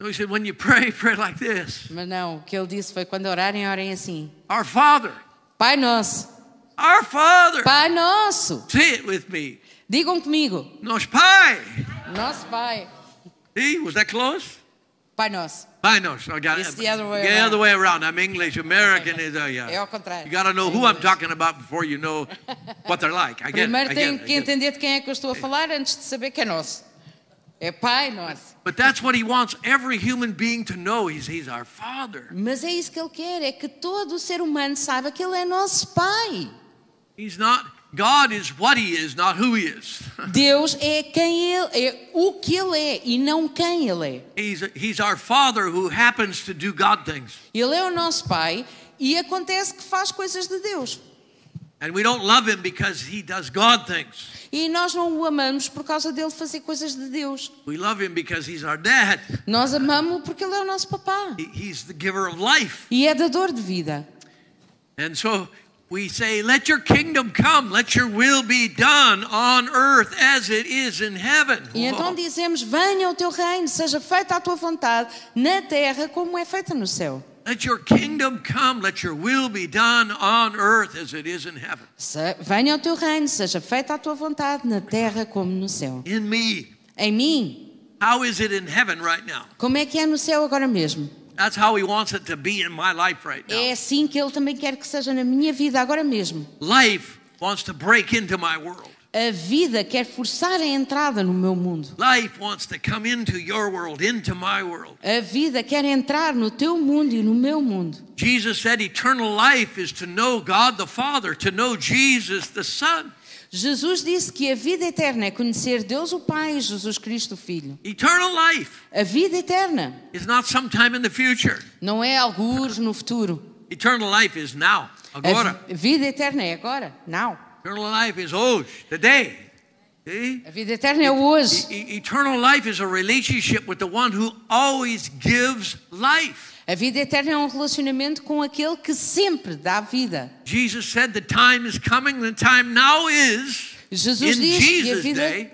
[SPEAKER 1] So he said, when you pray, pray like this
[SPEAKER 2] Mas não, o que ele disse foi quando orarem, orem assim.
[SPEAKER 1] Our Father,
[SPEAKER 2] Pai nosso,
[SPEAKER 1] our Father.
[SPEAKER 2] Pai nosso,
[SPEAKER 1] Say it with me.
[SPEAKER 2] digam comigo,
[SPEAKER 1] Nos Pai.
[SPEAKER 2] nosso Pai,
[SPEAKER 1] See, was that close?
[SPEAKER 2] Pai nosso.
[SPEAKER 1] I know, so I got
[SPEAKER 2] It's the other way
[SPEAKER 1] the
[SPEAKER 2] around.
[SPEAKER 1] other way around. I'm English, American is, oh
[SPEAKER 2] É
[SPEAKER 1] yeah.
[SPEAKER 2] ao contrário.
[SPEAKER 1] You got to know who I'm
[SPEAKER 2] Inglês.
[SPEAKER 1] talking about before you know what they're like. I get it. I
[SPEAKER 2] Primeiro
[SPEAKER 1] get it,
[SPEAKER 2] tenho
[SPEAKER 1] I
[SPEAKER 2] que
[SPEAKER 1] get it.
[SPEAKER 2] entender de quem é que eu estou a falar antes de saber que é nosso. É Pai nosso.
[SPEAKER 1] But that's what he wants every human being to know. He's, he's our Father.
[SPEAKER 2] Mas é isso que ele quer, é que todo o ser humano saiba que ele é nosso Pai.
[SPEAKER 1] He's not, God is what he is, not who he is.
[SPEAKER 2] Deus é quem ele é, o que ele é e não quem ele é.
[SPEAKER 1] He's, he's our Father who happens to do God things.
[SPEAKER 2] Ele é o nosso Pai e acontece que faz coisas de Deus.
[SPEAKER 1] And we don't love him because he does God things.
[SPEAKER 2] E nós não o amamos por causa dele fazer coisas de Deus.
[SPEAKER 1] We love him because he's our dad.
[SPEAKER 2] Nós amamos-o porque ele é o nosso papá
[SPEAKER 1] He- He's the giver of life.
[SPEAKER 2] e é dador de vida.
[SPEAKER 1] And so we say, Let your kingdom come, let your will be done on earth as it is in heaven.
[SPEAKER 2] E então
[SPEAKER 1] Whoa.
[SPEAKER 2] dizemos: Venha o teu reino, seja feita a tua vontade, na terra como é feita no céu.
[SPEAKER 1] Let your kingdom come, let your will be done on earth as it is in heaven.
[SPEAKER 2] Se- Venha o teu reino, seja feita a tua vontade, na terra como no céu.
[SPEAKER 1] In me.
[SPEAKER 2] Em mim,
[SPEAKER 1] How is it in heaven right now?
[SPEAKER 2] como é que é no céu agora mesmo?
[SPEAKER 1] That's how he wants it to be in my life right now.
[SPEAKER 2] É assim que Ele também quer que seja na minha vida agora mesmo.
[SPEAKER 1] Life wants to break into my world.
[SPEAKER 2] A vida quer forçar a entrada no meu mundo.
[SPEAKER 1] Life wants to come into your world, into my world.
[SPEAKER 2] A vida quer entrar no teu mundo e no meu mundo.
[SPEAKER 1] Jesus said eternal life is to know God the Father, to know Jesus the Son.
[SPEAKER 2] Jesus disse que a vida eterna é conhecer Deus o Pai e Jesus Cristo o Filho.
[SPEAKER 1] Eternal life
[SPEAKER 2] A vida eterna
[SPEAKER 1] is not sometime in the future.
[SPEAKER 2] não é algures no futuro.
[SPEAKER 1] Eternal life is now,
[SPEAKER 2] A
[SPEAKER 1] agora.
[SPEAKER 2] vi- vida eterna é agora, não.
[SPEAKER 1] Eternal life is hoje, today. See?
[SPEAKER 2] A vida eterna é o hoje.
[SPEAKER 1] E- e- eternal life is a relationship with the one who always gives life.
[SPEAKER 2] A vida eterna é um relacionamento com aquele que sempre dá vida.
[SPEAKER 1] Jesus said the time is coming, the time now is
[SPEAKER 2] Jesus
[SPEAKER 1] In
[SPEAKER 2] diz que a
[SPEAKER 1] Jesus'
[SPEAKER 2] vida
[SPEAKER 1] day.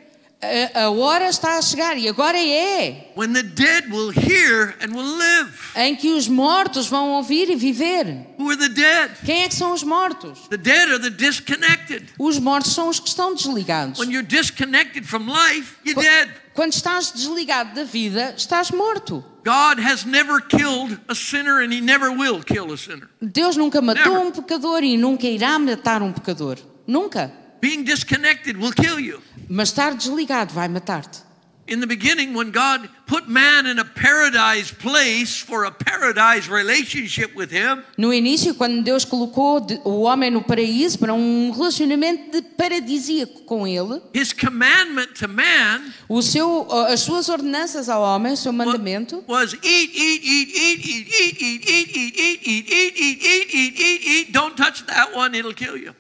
[SPEAKER 2] a, a hora está a chegar e agora é
[SPEAKER 1] when the dead will hear and will live.
[SPEAKER 2] em que os mortos vão ouvir e viver.
[SPEAKER 1] Who are the dead?
[SPEAKER 2] Quem é que são os mortos?
[SPEAKER 1] The dead are the disconnected.
[SPEAKER 2] Os mortos são os que estão desligados.
[SPEAKER 1] When you're disconnected from life, you're dead.
[SPEAKER 2] Quando estás desligado da vida, estás morto.
[SPEAKER 1] God has never killed a sinner and he never will kill a sinner.
[SPEAKER 2] Deus nunca matou
[SPEAKER 1] Never.
[SPEAKER 2] um pecador e nunca irá matar um pecador. Nunca.
[SPEAKER 1] Being disconnected will kill you.
[SPEAKER 2] Mas estar desligado vai matar-te.
[SPEAKER 1] In the beginning, when God put man in a paradise place for a paradise relationship with him,
[SPEAKER 2] No início, quando Deus colocou de- o homem no paraíso para um relacionamento de paradisíaco com ele,
[SPEAKER 1] his commandment to man
[SPEAKER 2] o seu, as suas ordenanças ao homem, o seu
[SPEAKER 1] wa-
[SPEAKER 2] mandamento,
[SPEAKER 1] was eat, eat, eat, eat, eat, eat, eat, eat, eat, eat, eat, eat, eat, eat, eat, eat, eat. Don't touch that one, it'll kill you.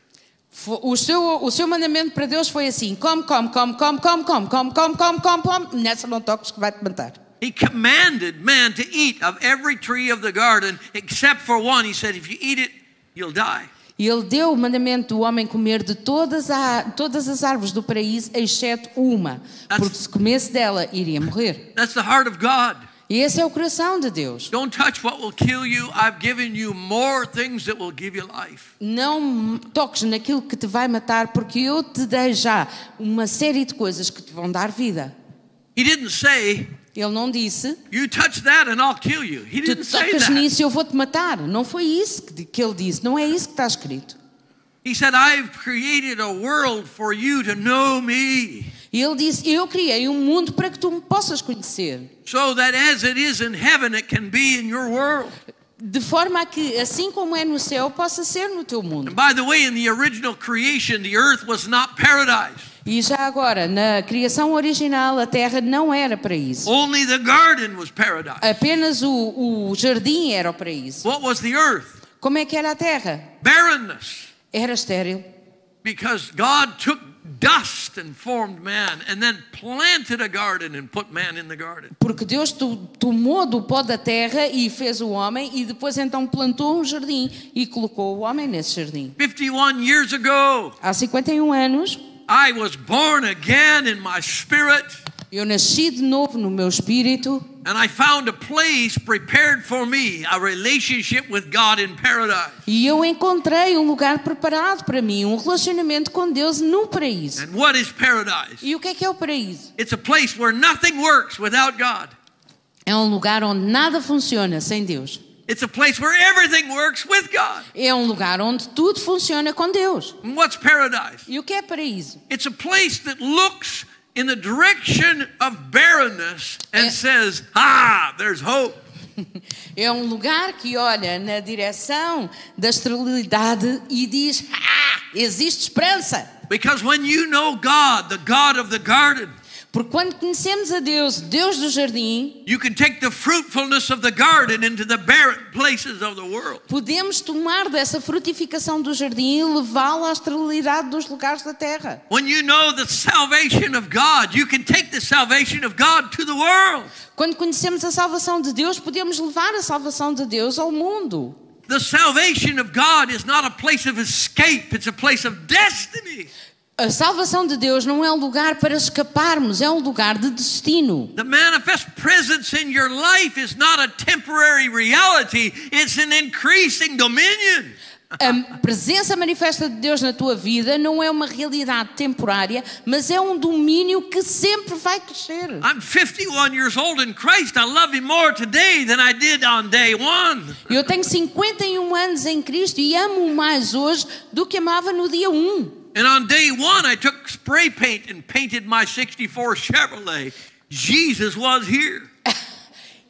[SPEAKER 2] fo- o seu, o seu mandamento para Deus foi assim: come, come, come, come, come, come, come, come, come, come, come, nessa não toques que vai-te matar.
[SPEAKER 1] He commanded man to eat of every tree of the garden except for one. He said, if you eat it, you'll die.
[SPEAKER 2] E ele deu o mandamento do homem comer de todas, a, todas as árvores do paraíso, exceto uma, porque se comesse dela, iria morrer.
[SPEAKER 1] That's the heart of God.
[SPEAKER 2] E esse é o coração de Deus.
[SPEAKER 1] Don't touch what will kill you. I've given you more things that will give you life.
[SPEAKER 2] Não toques naquilo que te vai matar, porque eu te dei já uma série de coisas que te vão dar vida.
[SPEAKER 1] He didn't say,
[SPEAKER 2] Ele não disse,
[SPEAKER 1] You touch that and I'll kill you. He
[SPEAKER 2] tu
[SPEAKER 1] didn't say
[SPEAKER 2] tocas
[SPEAKER 1] that.
[SPEAKER 2] nisso e eu vou-te matar. Não foi isso que, que ele disse, não é isso que está escrito.
[SPEAKER 1] He said, I've created a world for you to know me,
[SPEAKER 2] E ele disse, eu criei um mundo para que tu me possas conhecer.
[SPEAKER 1] so that as it is in heaven, it can be in your world.
[SPEAKER 2] De forma a que, assim como é no céu, possa ser no teu mundo.
[SPEAKER 1] And by the way, in the original creation, the earth was not paradise.
[SPEAKER 2] E já agora, na criação original, a terra não era paraíso.
[SPEAKER 1] Only the garden was paradise.
[SPEAKER 2] Apenas o, o jardim era o paraíso.
[SPEAKER 1] What was the earth?
[SPEAKER 2] Como é que era a terra?
[SPEAKER 1] Barrenness.
[SPEAKER 2] Era estéril.
[SPEAKER 1] Because God took dust and formed man and then planted a garden and put man in the garden.
[SPEAKER 2] Porque Deus to- tomou do pó da terra e fez o homem, e depois então plantou um jardim e colocou o homem nesse jardim.
[SPEAKER 1] 51 years ago,
[SPEAKER 2] Há 51 anos,
[SPEAKER 1] I was born again in my spirit
[SPEAKER 2] eu nasci de novo no meu espírito
[SPEAKER 1] and I found a place prepared for me, a relationship with God in paradise.
[SPEAKER 2] e eu encontrei um lugar preparado para mim, um relacionamento com Deus no paraíso.
[SPEAKER 1] And what is paradise?
[SPEAKER 2] E o que é que é o paraíso?
[SPEAKER 1] It's a place where nothing works without God.
[SPEAKER 2] É um lugar onde nada funciona sem Deus.
[SPEAKER 1] It's a place where everything works with God.
[SPEAKER 2] É um lugar onde tudo funciona com Deus.
[SPEAKER 1] And what's paradise?
[SPEAKER 2] E o que é paraíso?
[SPEAKER 1] It's a place that looks in the direction of barrenness and
[SPEAKER 2] Eh.
[SPEAKER 1] says, Ah, there's hope.
[SPEAKER 2] É um lugar que olha na direção da esterilidade e diz: Ah, existe esperança.
[SPEAKER 1] Because when you know God, the God of the garden,
[SPEAKER 2] Porque quando conhecemos a Deus, Deus do jardim,
[SPEAKER 1] you can take the fruitfulness of the garden into the barren places of the world.
[SPEAKER 2] podemos tomar dessa frutificação do jardim e levá-la à esterilidade dos lugares da terra.
[SPEAKER 1] When you know the salvation of God, you can take the salvation of God to the world.
[SPEAKER 2] Quando conhecemos a salvação de Deus, podemos levar a salvação de Deus ao mundo.
[SPEAKER 1] The salvation of God is not a place of escape, it's a place of destiny.
[SPEAKER 2] A salvação de Deus não é um lugar para escaparmos, é um lugar de destino.
[SPEAKER 1] The manifest presence in your life is not a temporary reality, it's an increasing dominion.
[SPEAKER 2] A presença manifesta de Deus na tua vida não é uma realidade temporária, mas é um domínio que sempre vai crescer.
[SPEAKER 1] I'm 51 years old in Christ. I love Him more today than I did on day one.
[SPEAKER 2] Eu tenho 51 anos em Cristo e amo mais hoje do que amava no dia 1.
[SPEAKER 1] And on day one, I took spray paint and painted my 64 Chevrolet. Jesus was here.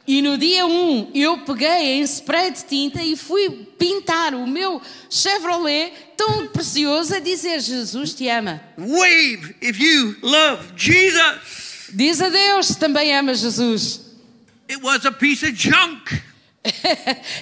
[SPEAKER 2] E no dia 1 eu peguei em spray de tinta e fui pintar o meu Chevrolet tão precioso a dizer Jesus te ama.
[SPEAKER 1] Wave if you love Jesus.
[SPEAKER 2] Diz a Deus se também ama Jesus.
[SPEAKER 1] It was a piece of junk,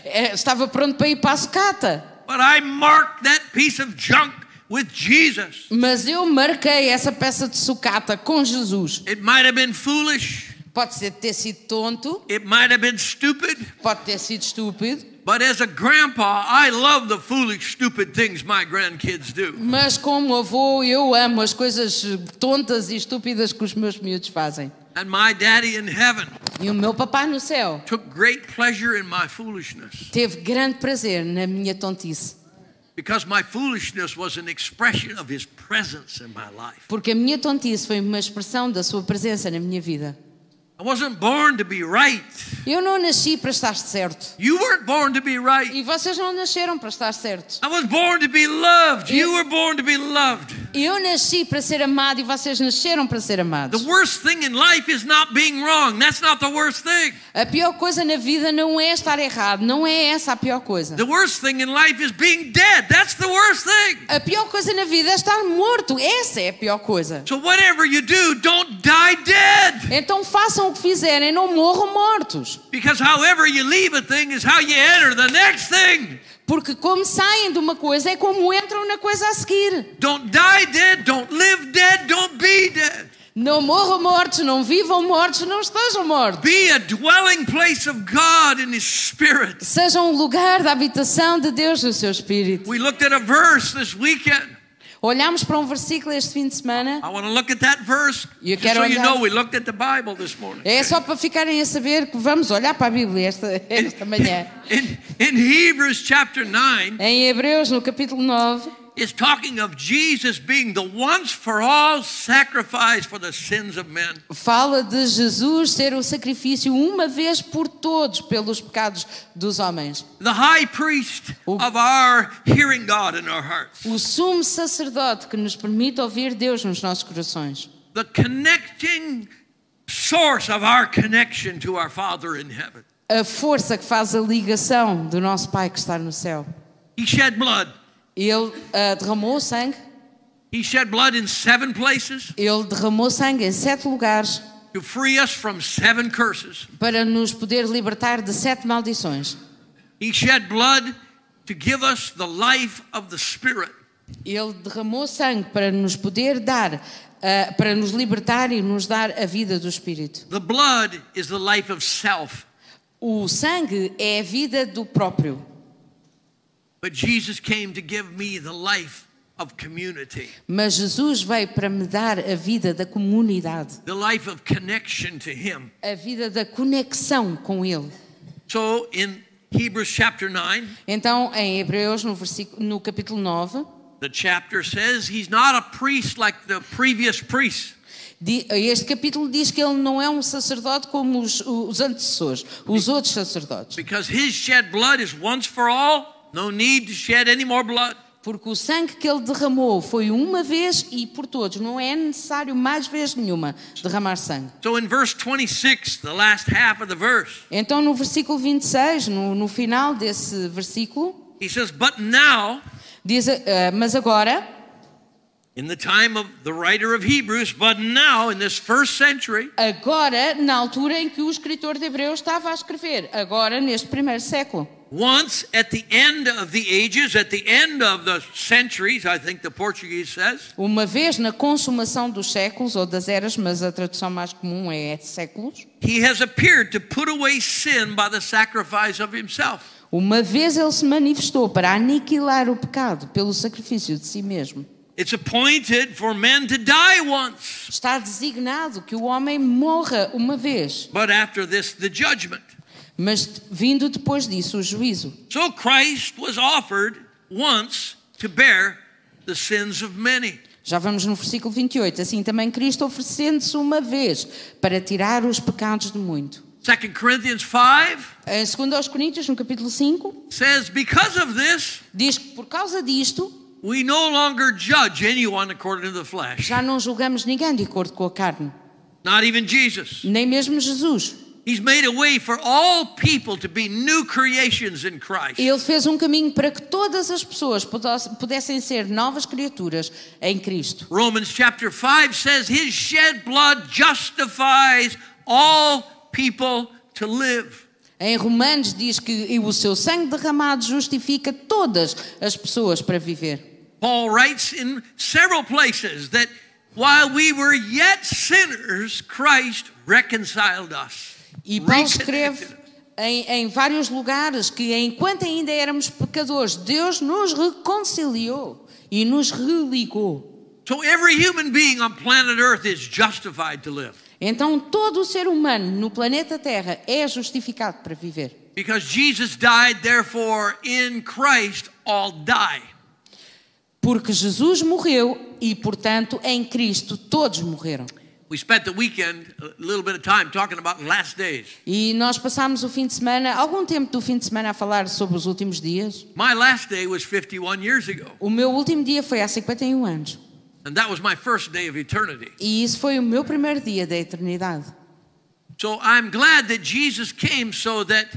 [SPEAKER 2] É, Estava pronto para ir para a sucata.
[SPEAKER 1] but I marked that piece of junk with Jesus.
[SPEAKER 2] Mas eu marquei essa peça de sucata com Jesus.
[SPEAKER 1] It might have been foolish,
[SPEAKER 2] Pode ser ter sido tonto,
[SPEAKER 1] it might have been stupid,
[SPEAKER 2] pode ter sido estúpido,
[SPEAKER 1] but as a grandpa, I love the foolish, stupid things my grandkids do.
[SPEAKER 2] mas como avô eu amo as coisas tontas e estúpidas que os meus miúdos fazem.
[SPEAKER 1] And my daddy in heaven
[SPEAKER 2] E o meu papai no céu
[SPEAKER 1] took great pleasure in my foolishness
[SPEAKER 2] teve grande prazer na minha tontice,
[SPEAKER 1] because my foolishness was an expression of his presence in my life.
[SPEAKER 2] porque a minha tontice foi uma expressão da sua presença na minha vida.
[SPEAKER 1] I wasn't born to be right.
[SPEAKER 2] Eu não nasci para estar certo.
[SPEAKER 1] You weren't born to be right.
[SPEAKER 2] E vocês não nasceram para estar certos.
[SPEAKER 1] I was born to be loved. You were born to be loved.
[SPEAKER 2] Eu nasci para ser amado e vocês nasceram para ser
[SPEAKER 1] The
[SPEAKER 2] amados.
[SPEAKER 1] worst thing in life is not being wrong. That's not the worst thing.
[SPEAKER 2] A pior coisa na vida não é estar errado, não é essa a pior coisa.
[SPEAKER 1] The worst thing in life is being dead. That's the worst thing.
[SPEAKER 2] A pior coisa na vida é estar morto, essa é a pior coisa.
[SPEAKER 1] So, whatever you do, don't die dead.
[SPEAKER 2] Então façam o que fizerem, não morram mortos.
[SPEAKER 1] Because however you leave a thing is how you enter the next thing.
[SPEAKER 2] Porque como saem de uma coisa é como entram na coisa a seguir.
[SPEAKER 1] Don't die dead. Don't live dead. Don't be dead.
[SPEAKER 2] Não morram mortos, não vivam mortos, não estejam mortos.
[SPEAKER 1] Be a dwelling place of God in His Spirit.
[SPEAKER 2] Seja um lugar da habitação de Deus no seu espírito.
[SPEAKER 1] We looked at a verse this weekend.
[SPEAKER 2] Olhamos para um versículo este fim de semana.
[SPEAKER 1] I want to look at that verse.
[SPEAKER 2] You
[SPEAKER 1] just so
[SPEAKER 2] can
[SPEAKER 1] you
[SPEAKER 2] run down-
[SPEAKER 1] know, we looked at the Bible this morning.
[SPEAKER 2] É só para ficarem a saber que vamos olhar para a Bíblia esta, esta manhã.
[SPEAKER 1] In, in Hebrews chapter 9,
[SPEAKER 2] Em Hebreus, no capítulo 9,
[SPEAKER 1] it's talking of Jesus being the once for all sacrifice for the sins of men.
[SPEAKER 2] fala de Jesus ser o sacrifício uma vez por todos pelos pecados dos homens.
[SPEAKER 1] The high priest of our hearing God in our hearts.
[SPEAKER 2] O sumo sacerdote que nos permite ouvir Deus nos nossos corações.
[SPEAKER 1] The connecting source of our connection to our Father in heaven.
[SPEAKER 2] A força que faz a ligação do nosso Pai que está no céu.
[SPEAKER 1] He shed blood.
[SPEAKER 2] Ele ah, derramou sangue,
[SPEAKER 1] He shed blood in seven places
[SPEAKER 2] ele derramou sangue em sete lugares
[SPEAKER 1] to free us from seven curses.
[SPEAKER 2] para nos poder libertar de sete maldições.
[SPEAKER 1] He shed blood to give us the life of the Spirit.
[SPEAKER 2] Ele derramou sangue para nos poder dar, ah, para nos libertar e nos dar a vida do Espírito.
[SPEAKER 1] The blood is the life of self.
[SPEAKER 2] O sangue é a vida do próprio,
[SPEAKER 1] But Jesus came to give me the life of community,
[SPEAKER 2] mas Jesus veio para me dar a vida da comunidade,
[SPEAKER 1] the life of connection to Him.
[SPEAKER 2] a vida da conexão com Ele.
[SPEAKER 1] So in Hebrews chapter 9,
[SPEAKER 2] Então, em Hebreus, no, versículo, no capítulo 9,
[SPEAKER 1] the chapter says He's not a priest like the previous priests.
[SPEAKER 2] di- este capítulo diz que ele não é um sacerdote como os, os antecessores, os outros sacerdotes,
[SPEAKER 1] Because his shed blood is once for all, no need to shed any more blood.
[SPEAKER 2] porque o sangue que ele derramou foi uma vez e por todos, não é necessário mais vez nenhuma derramar sangue.
[SPEAKER 1] So in verse 26, the last half of the verse,
[SPEAKER 2] Então, no versículo 26, no, no final desse versículo,
[SPEAKER 1] he says, But now,
[SPEAKER 2] diz: ah, Mas agora.
[SPEAKER 1] in the time of the writer of Hebrews, but now in this first century,
[SPEAKER 2] Agora, na altura em que o escritor de Hebreus estava a escrever, agora neste primeiro século.
[SPEAKER 1] once at the end of the ages, at the end of the centuries, I think the Portuguese says,
[SPEAKER 2] Uma vez na consumação dos séculos ou das eras, mas a tradução mais comum é séculos.
[SPEAKER 1] he has appeared to put away sin by the sacrifice of himself.
[SPEAKER 2] Uma vez ele se manifestou para aniquilar o pecado pelo sacrifício de si mesmo.
[SPEAKER 1] It's appointed for men to die once,
[SPEAKER 2] Está designado que o homem morra uma vez,
[SPEAKER 1] but after this, the judgment.
[SPEAKER 2] mas vindo depois disso o juízo.
[SPEAKER 1] So Christ was offered once to bear the sins of many.
[SPEAKER 2] Já vamos no versículo 28. Assim também Cristo oferecendo-se uma vez para tirar os pecados de muito.
[SPEAKER 1] 2 Corinthians 5
[SPEAKER 2] Em 2 aos Coríntios, no capítulo 5,
[SPEAKER 1] says, Because of this,
[SPEAKER 2] diz que por causa disto
[SPEAKER 1] we no longer judge anyone according to the flesh,
[SPEAKER 2] já não julgamos ninguém de acordo com a carne,
[SPEAKER 1] not even Jesus.
[SPEAKER 2] nem mesmo Jesus.
[SPEAKER 1] He's made a way for all people to be new creations in Christ.
[SPEAKER 2] Ele fez um caminho para que todas as pessoas pudos- pudessem ser novas criaturas em Cristo.
[SPEAKER 1] Romans chapter 5 says, His shed blood justifies all people to live.
[SPEAKER 2] Em Romanos diz que o seu sangue derramado justifica todas as pessoas para viver.
[SPEAKER 1] Paul writes in several places that while we were yet sinners, Christ reconciled us.
[SPEAKER 2] E Paulo
[SPEAKER 1] Reconnected
[SPEAKER 2] escreve em, em vários lugares que enquanto ainda éramos pecadores, Deus nos reconciliou e nos religou.
[SPEAKER 1] So every human being on planet Earth is justified to live
[SPEAKER 2] Então todo o ser humano no planeta Terra é justificado para viver.
[SPEAKER 1] because Jesus died, therefore, in Christ all die.
[SPEAKER 2] Porque Jesus morreu e, portanto, em Cristo todos morreram.
[SPEAKER 1] We spent the weekend a little bit of time talking about last days.
[SPEAKER 2] E nós passámos o fim de semana, algum tempo do fim de semana, a falar sobre os últimos dias.
[SPEAKER 1] My last day was 51 years ago,
[SPEAKER 2] O meu último dia foi há 51 anos.
[SPEAKER 1] and that was my first day of eternity.
[SPEAKER 2] E isso foi o meu primeiro dia da eternidade.
[SPEAKER 1] So I'm glad that Jesus came so that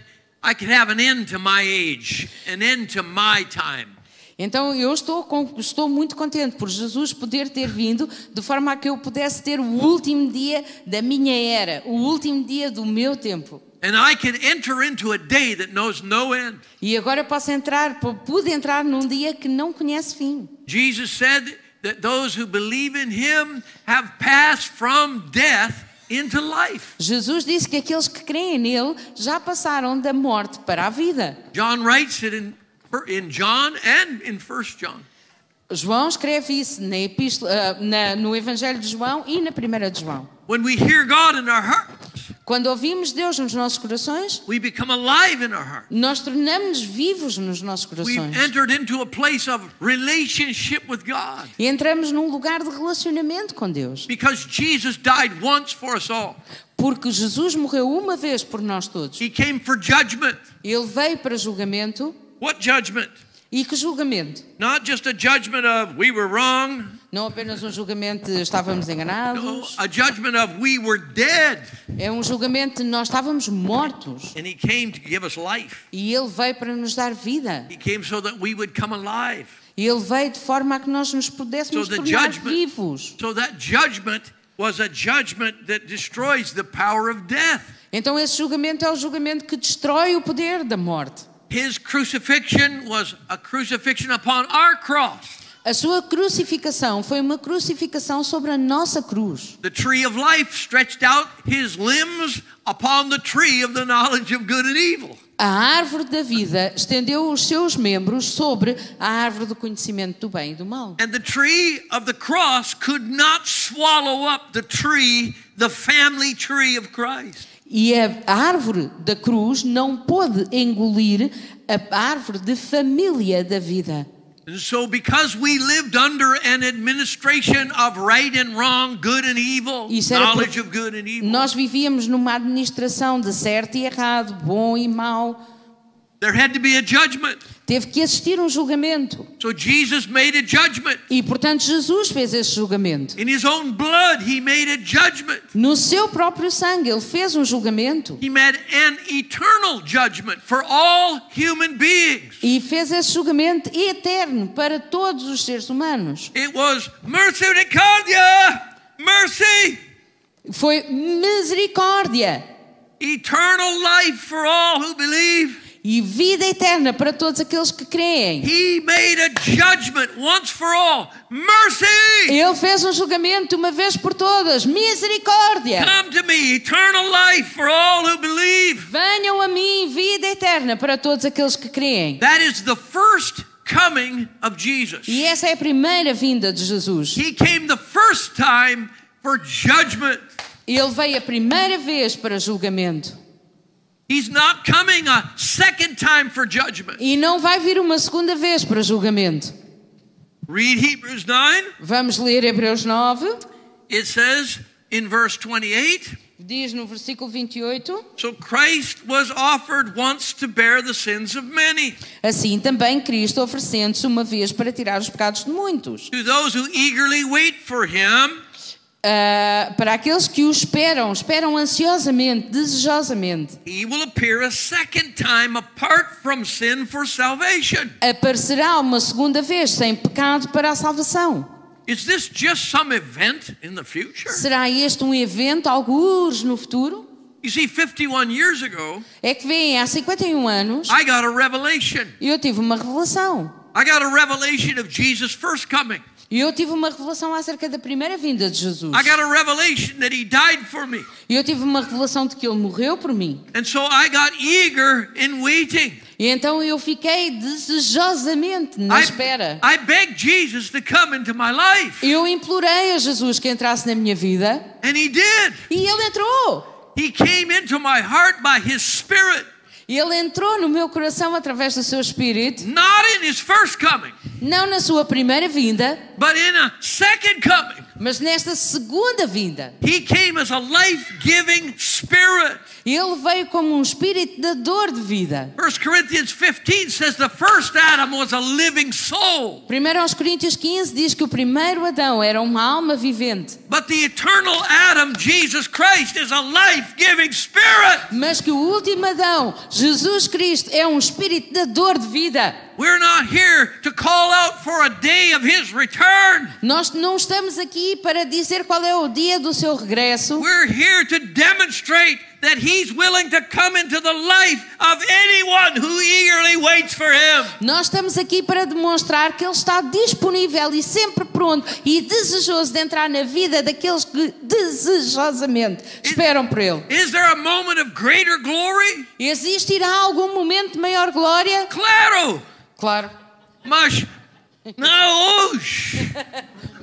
[SPEAKER 1] I could have an end to my age, an end to my time.
[SPEAKER 2] Então eu estou, com- estou muito contente por Jesus poder ter vindo, de forma a que eu pudesse ter o último dia da minha era, o último dia do meu tempo.
[SPEAKER 1] And I could enter into a day that knows no end.
[SPEAKER 2] E agora posso entrar, p- pude entrar num dia que não conhece fim.
[SPEAKER 1] Jesus said that those who believe in him have passed from death into life.
[SPEAKER 2] Jesus disse que aqueles que creem nele já passaram da morte para a vida.
[SPEAKER 1] John writes it in, in John and in 1 John.
[SPEAKER 2] João escreve isso na epístola, ah, na- no Evangelho de João e na primeira de João.
[SPEAKER 1] When we hear God in our hearts,
[SPEAKER 2] Quando ouvimos Deus nos nossos corações,
[SPEAKER 1] we become alive in our heart.
[SPEAKER 2] nós tornamos-nos vivos nos nossos corações.
[SPEAKER 1] We've entered into a place of relationship with God
[SPEAKER 2] E entramos num lugar de relacionamento com Deus.
[SPEAKER 1] because Jesus died once for us all.
[SPEAKER 2] Porque Jesus morreu uma vez por nós todos.
[SPEAKER 1] He came for judgment.
[SPEAKER 2] Ele veio para julgamento.
[SPEAKER 1] What judgment?
[SPEAKER 2] E que julgamento?
[SPEAKER 1] Not just a judgment of we were wrong,
[SPEAKER 2] Não apenas um julgamento de estávamos
[SPEAKER 1] no,
[SPEAKER 2] enganados.
[SPEAKER 1] a judgment of we were dead.
[SPEAKER 2] É um julgamento de nós estávamos mortos.
[SPEAKER 1] And He came to give us life.
[SPEAKER 2] E Ele veio para nos dar vida.
[SPEAKER 1] He came so that we would come alive.
[SPEAKER 2] E Ele veio de forma a que nós nos pudéssemos
[SPEAKER 1] So the
[SPEAKER 2] tornar
[SPEAKER 1] judgment-
[SPEAKER 2] vivos.
[SPEAKER 1] So that judgment was a judgment that destroys the power of death.
[SPEAKER 2] Então esse julgamento é o julgamento que destrói o poder da morte.
[SPEAKER 1] His crucifixion was a crucifixion upon our cross,
[SPEAKER 2] A sua crucificação foi uma crucificação sobre a nossa cruz.
[SPEAKER 1] the tree of life stretched out his limbs upon the tree of the knowledge of good and evil.
[SPEAKER 2] A árvore da vida estendeu os seus membros sobre a árvore do conhecimento do bem e do mal.
[SPEAKER 1] And the tree of the cross could not swallow up the tree, the family tree of Christ.
[SPEAKER 2] E a árvore da cruz não pôde engolir a árvore de família da vida.
[SPEAKER 1] And so, because we lived under an administration of right and wrong, good and evil,
[SPEAKER 2] Isso era
[SPEAKER 1] knowledge
[SPEAKER 2] por-
[SPEAKER 1] of good and evil,
[SPEAKER 2] Nós vivíamos numa administração de certo e errado, bom e mau.
[SPEAKER 1] there had to be a judgment.
[SPEAKER 2] Teve que existir um julgamento.
[SPEAKER 1] So, Jesus made a judgment.
[SPEAKER 2] E portanto Jesus fez esse julgamento.
[SPEAKER 1] In his own blood, he made a judgment.
[SPEAKER 2] No seu próprio sangue ele fez um julgamento
[SPEAKER 1] He made an eternal judgment for all human beings.
[SPEAKER 2] e fez esse julgamento eterno para todos os seres humanos.
[SPEAKER 1] It was mercy, Nicardia, mercy,
[SPEAKER 2] Foi misericórdia
[SPEAKER 1] eternal life for all who believe.
[SPEAKER 2] e vida eterna para todos aqueles que creem.
[SPEAKER 1] He made a judgment once for all. Mercy,
[SPEAKER 2] Ele fez um julgamento uma vez por todas. Misericórdia!
[SPEAKER 1] come to me, eternal life for all who believe.
[SPEAKER 2] Venham a mim, vida eterna para todos aqueles que creem.
[SPEAKER 1] That is the first coming of Jesus.
[SPEAKER 2] E essa é a primeira vinda de Jesus.
[SPEAKER 1] He came the first time for judgment.
[SPEAKER 2] Ele veio a primeira vez para julgamento.
[SPEAKER 1] He's not coming a second time for judgment.
[SPEAKER 2] E não vai vir uma segunda vez para julgamento.
[SPEAKER 1] Read Hebrews 9.
[SPEAKER 2] Vamos ler Hebreus 9,
[SPEAKER 1] It says in verse 28
[SPEAKER 2] diz no versículo 28.
[SPEAKER 1] So Christ was offered once to bear the sins of many.
[SPEAKER 2] Assim também Cristo oferecendo-se uma vez para tirar os pecados de muitos.
[SPEAKER 1] To those who eagerly wait for him,
[SPEAKER 2] Ah, para aqueles que o esperam, esperam ansiosamente, desejosamente.
[SPEAKER 1] he will appear a second time apart from sin for salvation.
[SPEAKER 2] aparecerá uma segunda vez sem pecado para a salvação.
[SPEAKER 1] Is this just some event in the future?
[SPEAKER 2] Será este um evento, alguns no futuro?
[SPEAKER 1] You see, 51 years ago,
[SPEAKER 2] É que vem há 51 anos
[SPEAKER 1] I got a revelation.
[SPEAKER 2] eu tive uma revelação.
[SPEAKER 1] I got a revelation of Jesus' first coming.
[SPEAKER 2] Eu tive uma revelação acerca da primeira vinda de Jesus.
[SPEAKER 1] I got a revelation that he died for me.
[SPEAKER 2] Eu tive uma revelação de que ele morreu por mim.
[SPEAKER 1] And so I got eager in waiting.
[SPEAKER 2] E então eu fiquei desejosamente na
[SPEAKER 1] I,
[SPEAKER 2] espera.
[SPEAKER 1] I begged Jesus to come into my life.
[SPEAKER 2] Eu implorei a Jesus que entrasse na minha vida
[SPEAKER 1] And he did.
[SPEAKER 2] e ele entrou.
[SPEAKER 1] He came into my heart by his spirit,
[SPEAKER 2] Ele entrou no meu coração através do seu espírito,
[SPEAKER 1] not in his first coming,
[SPEAKER 2] não na sua primeira vinda,
[SPEAKER 1] but in a second coming.
[SPEAKER 2] Mas nesta segunda vinda,
[SPEAKER 1] He came as a life giving spirit.
[SPEAKER 2] ele veio como um espírito dador de vida.
[SPEAKER 1] 1 Corinthians 15 says the first Adam was a living soul,
[SPEAKER 2] 1 aos Coríntios 15 diz que o primeiro Adão era uma alma vivente,
[SPEAKER 1] but the eternal Adam, Jesus Christ, is a life giving spirit.
[SPEAKER 2] mas que o último Adão, Jesus Cristo, é um espírito dador de vida.
[SPEAKER 1] We're not here to call out for a day of his return.
[SPEAKER 2] Nós não estamos aqui aqui para dizer qual é o dia do seu regresso.
[SPEAKER 1] We're here to demonstrate that He's willing to come into the life of anyone who eagerly waits for Him.
[SPEAKER 2] Nós estamos aqui para demonstrar que Ele está disponível e sempre pronto e desejoso de entrar na vida daqueles que desejosamente esperam por Ele.
[SPEAKER 1] Is there a moment of greater glory?
[SPEAKER 2] Existirá algum momento de maior glória?
[SPEAKER 1] Claro!
[SPEAKER 2] Claro,
[SPEAKER 1] Mas. No, oosh,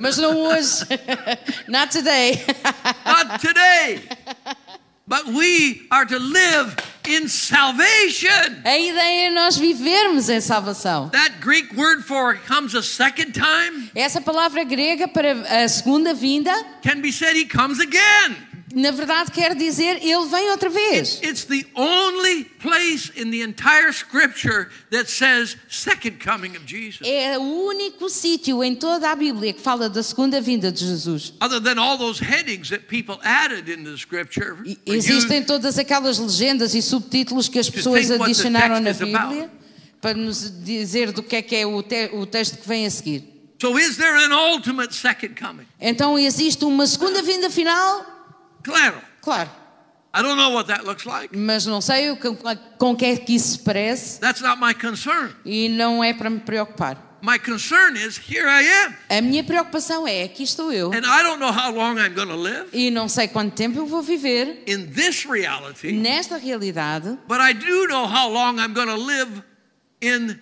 [SPEAKER 2] mas não hoje. Not today.
[SPEAKER 1] not today. But we are to live in salvation.
[SPEAKER 2] A ideia é nós vivermos em salvação.
[SPEAKER 1] That Greek word for comes a second time
[SPEAKER 2] Essa palavra grega para a segunda vinda,
[SPEAKER 1] can be said He comes again.
[SPEAKER 2] na verdade quer dizer ele vem outra vez.
[SPEAKER 1] It's the only place in the entire scripture that says second coming of Jesus.
[SPEAKER 2] É o único sítio em toda a Bíblia que fala da segunda vinda de Jesus.
[SPEAKER 1] Other than all those headings that people added into the scripture for
[SPEAKER 2] E
[SPEAKER 1] you
[SPEAKER 2] existem todas aquelas legendas e subtítulos que as pessoas
[SPEAKER 1] think what the
[SPEAKER 2] adicionaram na
[SPEAKER 1] text is about.
[SPEAKER 2] Bíblia para nos dizer do que é que é o, te- o texto que vem a seguir.
[SPEAKER 1] So is there an ultimate second coming?
[SPEAKER 2] Então existe uma segunda vinda final?
[SPEAKER 1] Claro.
[SPEAKER 2] Claro,
[SPEAKER 1] I don't know what that looks like.
[SPEAKER 2] mas não sei o que, com que é que isso se parece
[SPEAKER 1] That's not my concern.
[SPEAKER 2] e não é para me preocupar.
[SPEAKER 1] My concern is here I am,
[SPEAKER 2] A minha preocupação é, aqui estou eu
[SPEAKER 1] and I don't know how long I'm going to live
[SPEAKER 2] e não sei quanto tempo eu vou viver
[SPEAKER 1] in this reality,
[SPEAKER 2] nesta realidade,
[SPEAKER 1] but I do know how long I'm going to live in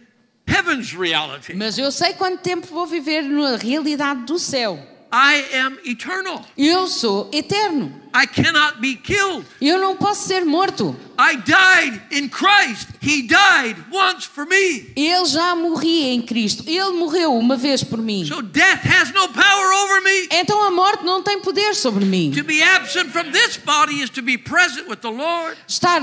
[SPEAKER 1] heaven's reality.
[SPEAKER 2] mas eu sei quanto tempo vou viver na realidade do céu.
[SPEAKER 1] I am eternal.
[SPEAKER 2] Eu sou eterno.
[SPEAKER 1] I cannot be killed.
[SPEAKER 2] Eu não posso ser morto.
[SPEAKER 1] I died in Christ. He died once for me.
[SPEAKER 2] Eu já morri em Cristo. Ele morreu uma vez por mim.
[SPEAKER 1] So death has no power over me.
[SPEAKER 2] Então a morte não tem poder sobre mim.
[SPEAKER 1] To be absent from this body is to be present with the Lord.
[SPEAKER 2] Estar,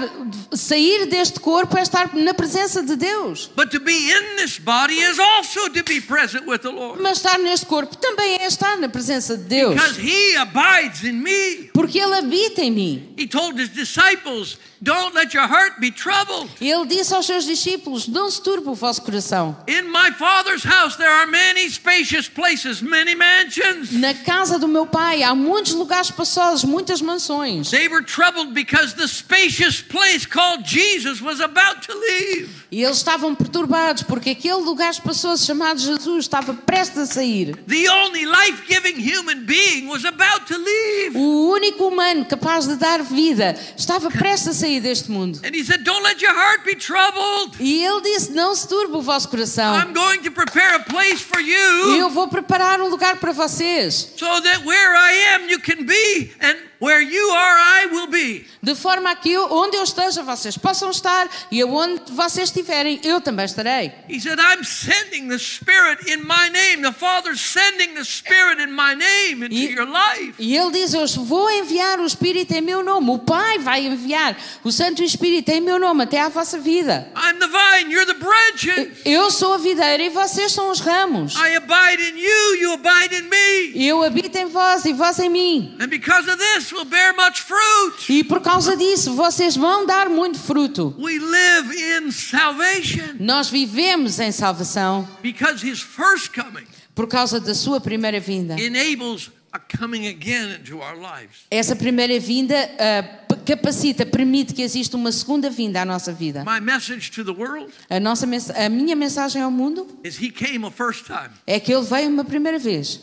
[SPEAKER 2] sair deste corpo é estar na presença de Deus.
[SPEAKER 1] But to be in this body is also to be present with the Lord.
[SPEAKER 2] Mas estar neste corpo também é estar na presença de Deus.
[SPEAKER 1] Because he abides in me.
[SPEAKER 2] Porque Ele habita em mim.
[SPEAKER 1] He told his disciples, Don't let your heart be troubled.
[SPEAKER 2] Ele disse aos seus discípulos: Não se turbe o vosso coração.
[SPEAKER 1] In my Father's house there are many spacious places, many mansions.
[SPEAKER 2] Na casa do meu pai há muitos lugares espaçosos, muitas mansões.
[SPEAKER 1] They were troubled because the spacious place called Jesus was about to leave.
[SPEAKER 2] E eles estavam perturbados porque aquele lugar espaçoso chamado Jesus estava prestes a sair.
[SPEAKER 1] The only life giving human being was about to leave.
[SPEAKER 2] O único humano capaz de dar vida estava prestes a sair deste mundo.
[SPEAKER 1] And he said, Don't let your heart be troubled.
[SPEAKER 2] E ele disse: Não se turbe o vosso coração.
[SPEAKER 1] I'm going to prepare a place for
[SPEAKER 2] E
[SPEAKER 1] you.
[SPEAKER 2] eu vou preparar um lugar para vocês,
[SPEAKER 1] so that where I am you can be, and where you are I will be.
[SPEAKER 2] de forma a que eu, onde eu esteja, vocês possam estar, e aonde vocês estiverem, eu também estarei.
[SPEAKER 1] He said, I'm sending the Spirit in my name. The Father's sending the Spirit in my name into
[SPEAKER 2] Ye-
[SPEAKER 1] your life.
[SPEAKER 2] E ele diz: Eu vou enviar o Espírito em meu nome. O Pai vai enviar o Santo Espírito é em meu nome até à vossa vida.
[SPEAKER 1] I'm the vine, you're the branches.
[SPEAKER 2] Eu sou a videira e vocês são os ramos.
[SPEAKER 1] I abide in you, you abide in me.
[SPEAKER 2] Eu habito em vós e vós em mim.
[SPEAKER 1] And because of this, we'll bear much fruit.
[SPEAKER 2] E por causa disso, vocês vão dar muito fruto.
[SPEAKER 1] We live in salvation
[SPEAKER 2] Nós vivemos em salvação
[SPEAKER 1] because His first coming
[SPEAKER 2] por causa da sua primeira vinda.
[SPEAKER 1] enables a coming again into our lives.
[SPEAKER 2] Essa primeira vinda ah, p- capacita, permite que exista uma segunda vinda à nossa vida.
[SPEAKER 1] My message to the world
[SPEAKER 2] A, nossa mens- a minha mensagem ao mundo
[SPEAKER 1] is He came a first time.
[SPEAKER 2] é que ele veio uma primeira vez.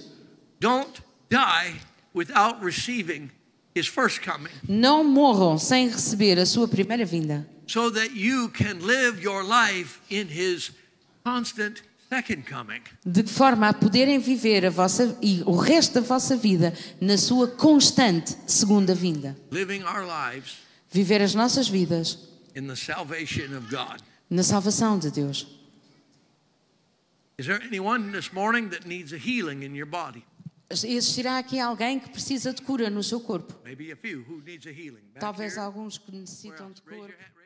[SPEAKER 1] Don't die without receiving his first coming
[SPEAKER 2] Não morram sem receber a sua primeira vinda,
[SPEAKER 1] so that you can live your life in his constant second coming.
[SPEAKER 2] de forma a poderem viver a vossa e o resto da vossa vida na sua constante segunda vinda.
[SPEAKER 1] Living our lives
[SPEAKER 2] Viver as nossas vidas
[SPEAKER 1] in the salvation of God.
[SPEAKER 2] na salvação de Deus.
[SPEAKER 1] Is there anyone this morning that needs a healing in your body?
[SPEAKER 2] Existirá aqui alguém que precisa de cura no seu corpo.
[SPEAKER 1] Maybe a few who needs a healing. Back
[SPEAKER 2] Talvez
[SPEAKER 1] here,
[SPEAKER 2] alguns que
[SPEAKER 1] where
[SPEAKER 2] necessitam
[SPEAKER 1] else?
[SPEAKER 2] de
[SPEAKER 1] Raise your
[SPEAKER 2] cura.
[SPEAKER 1] hand.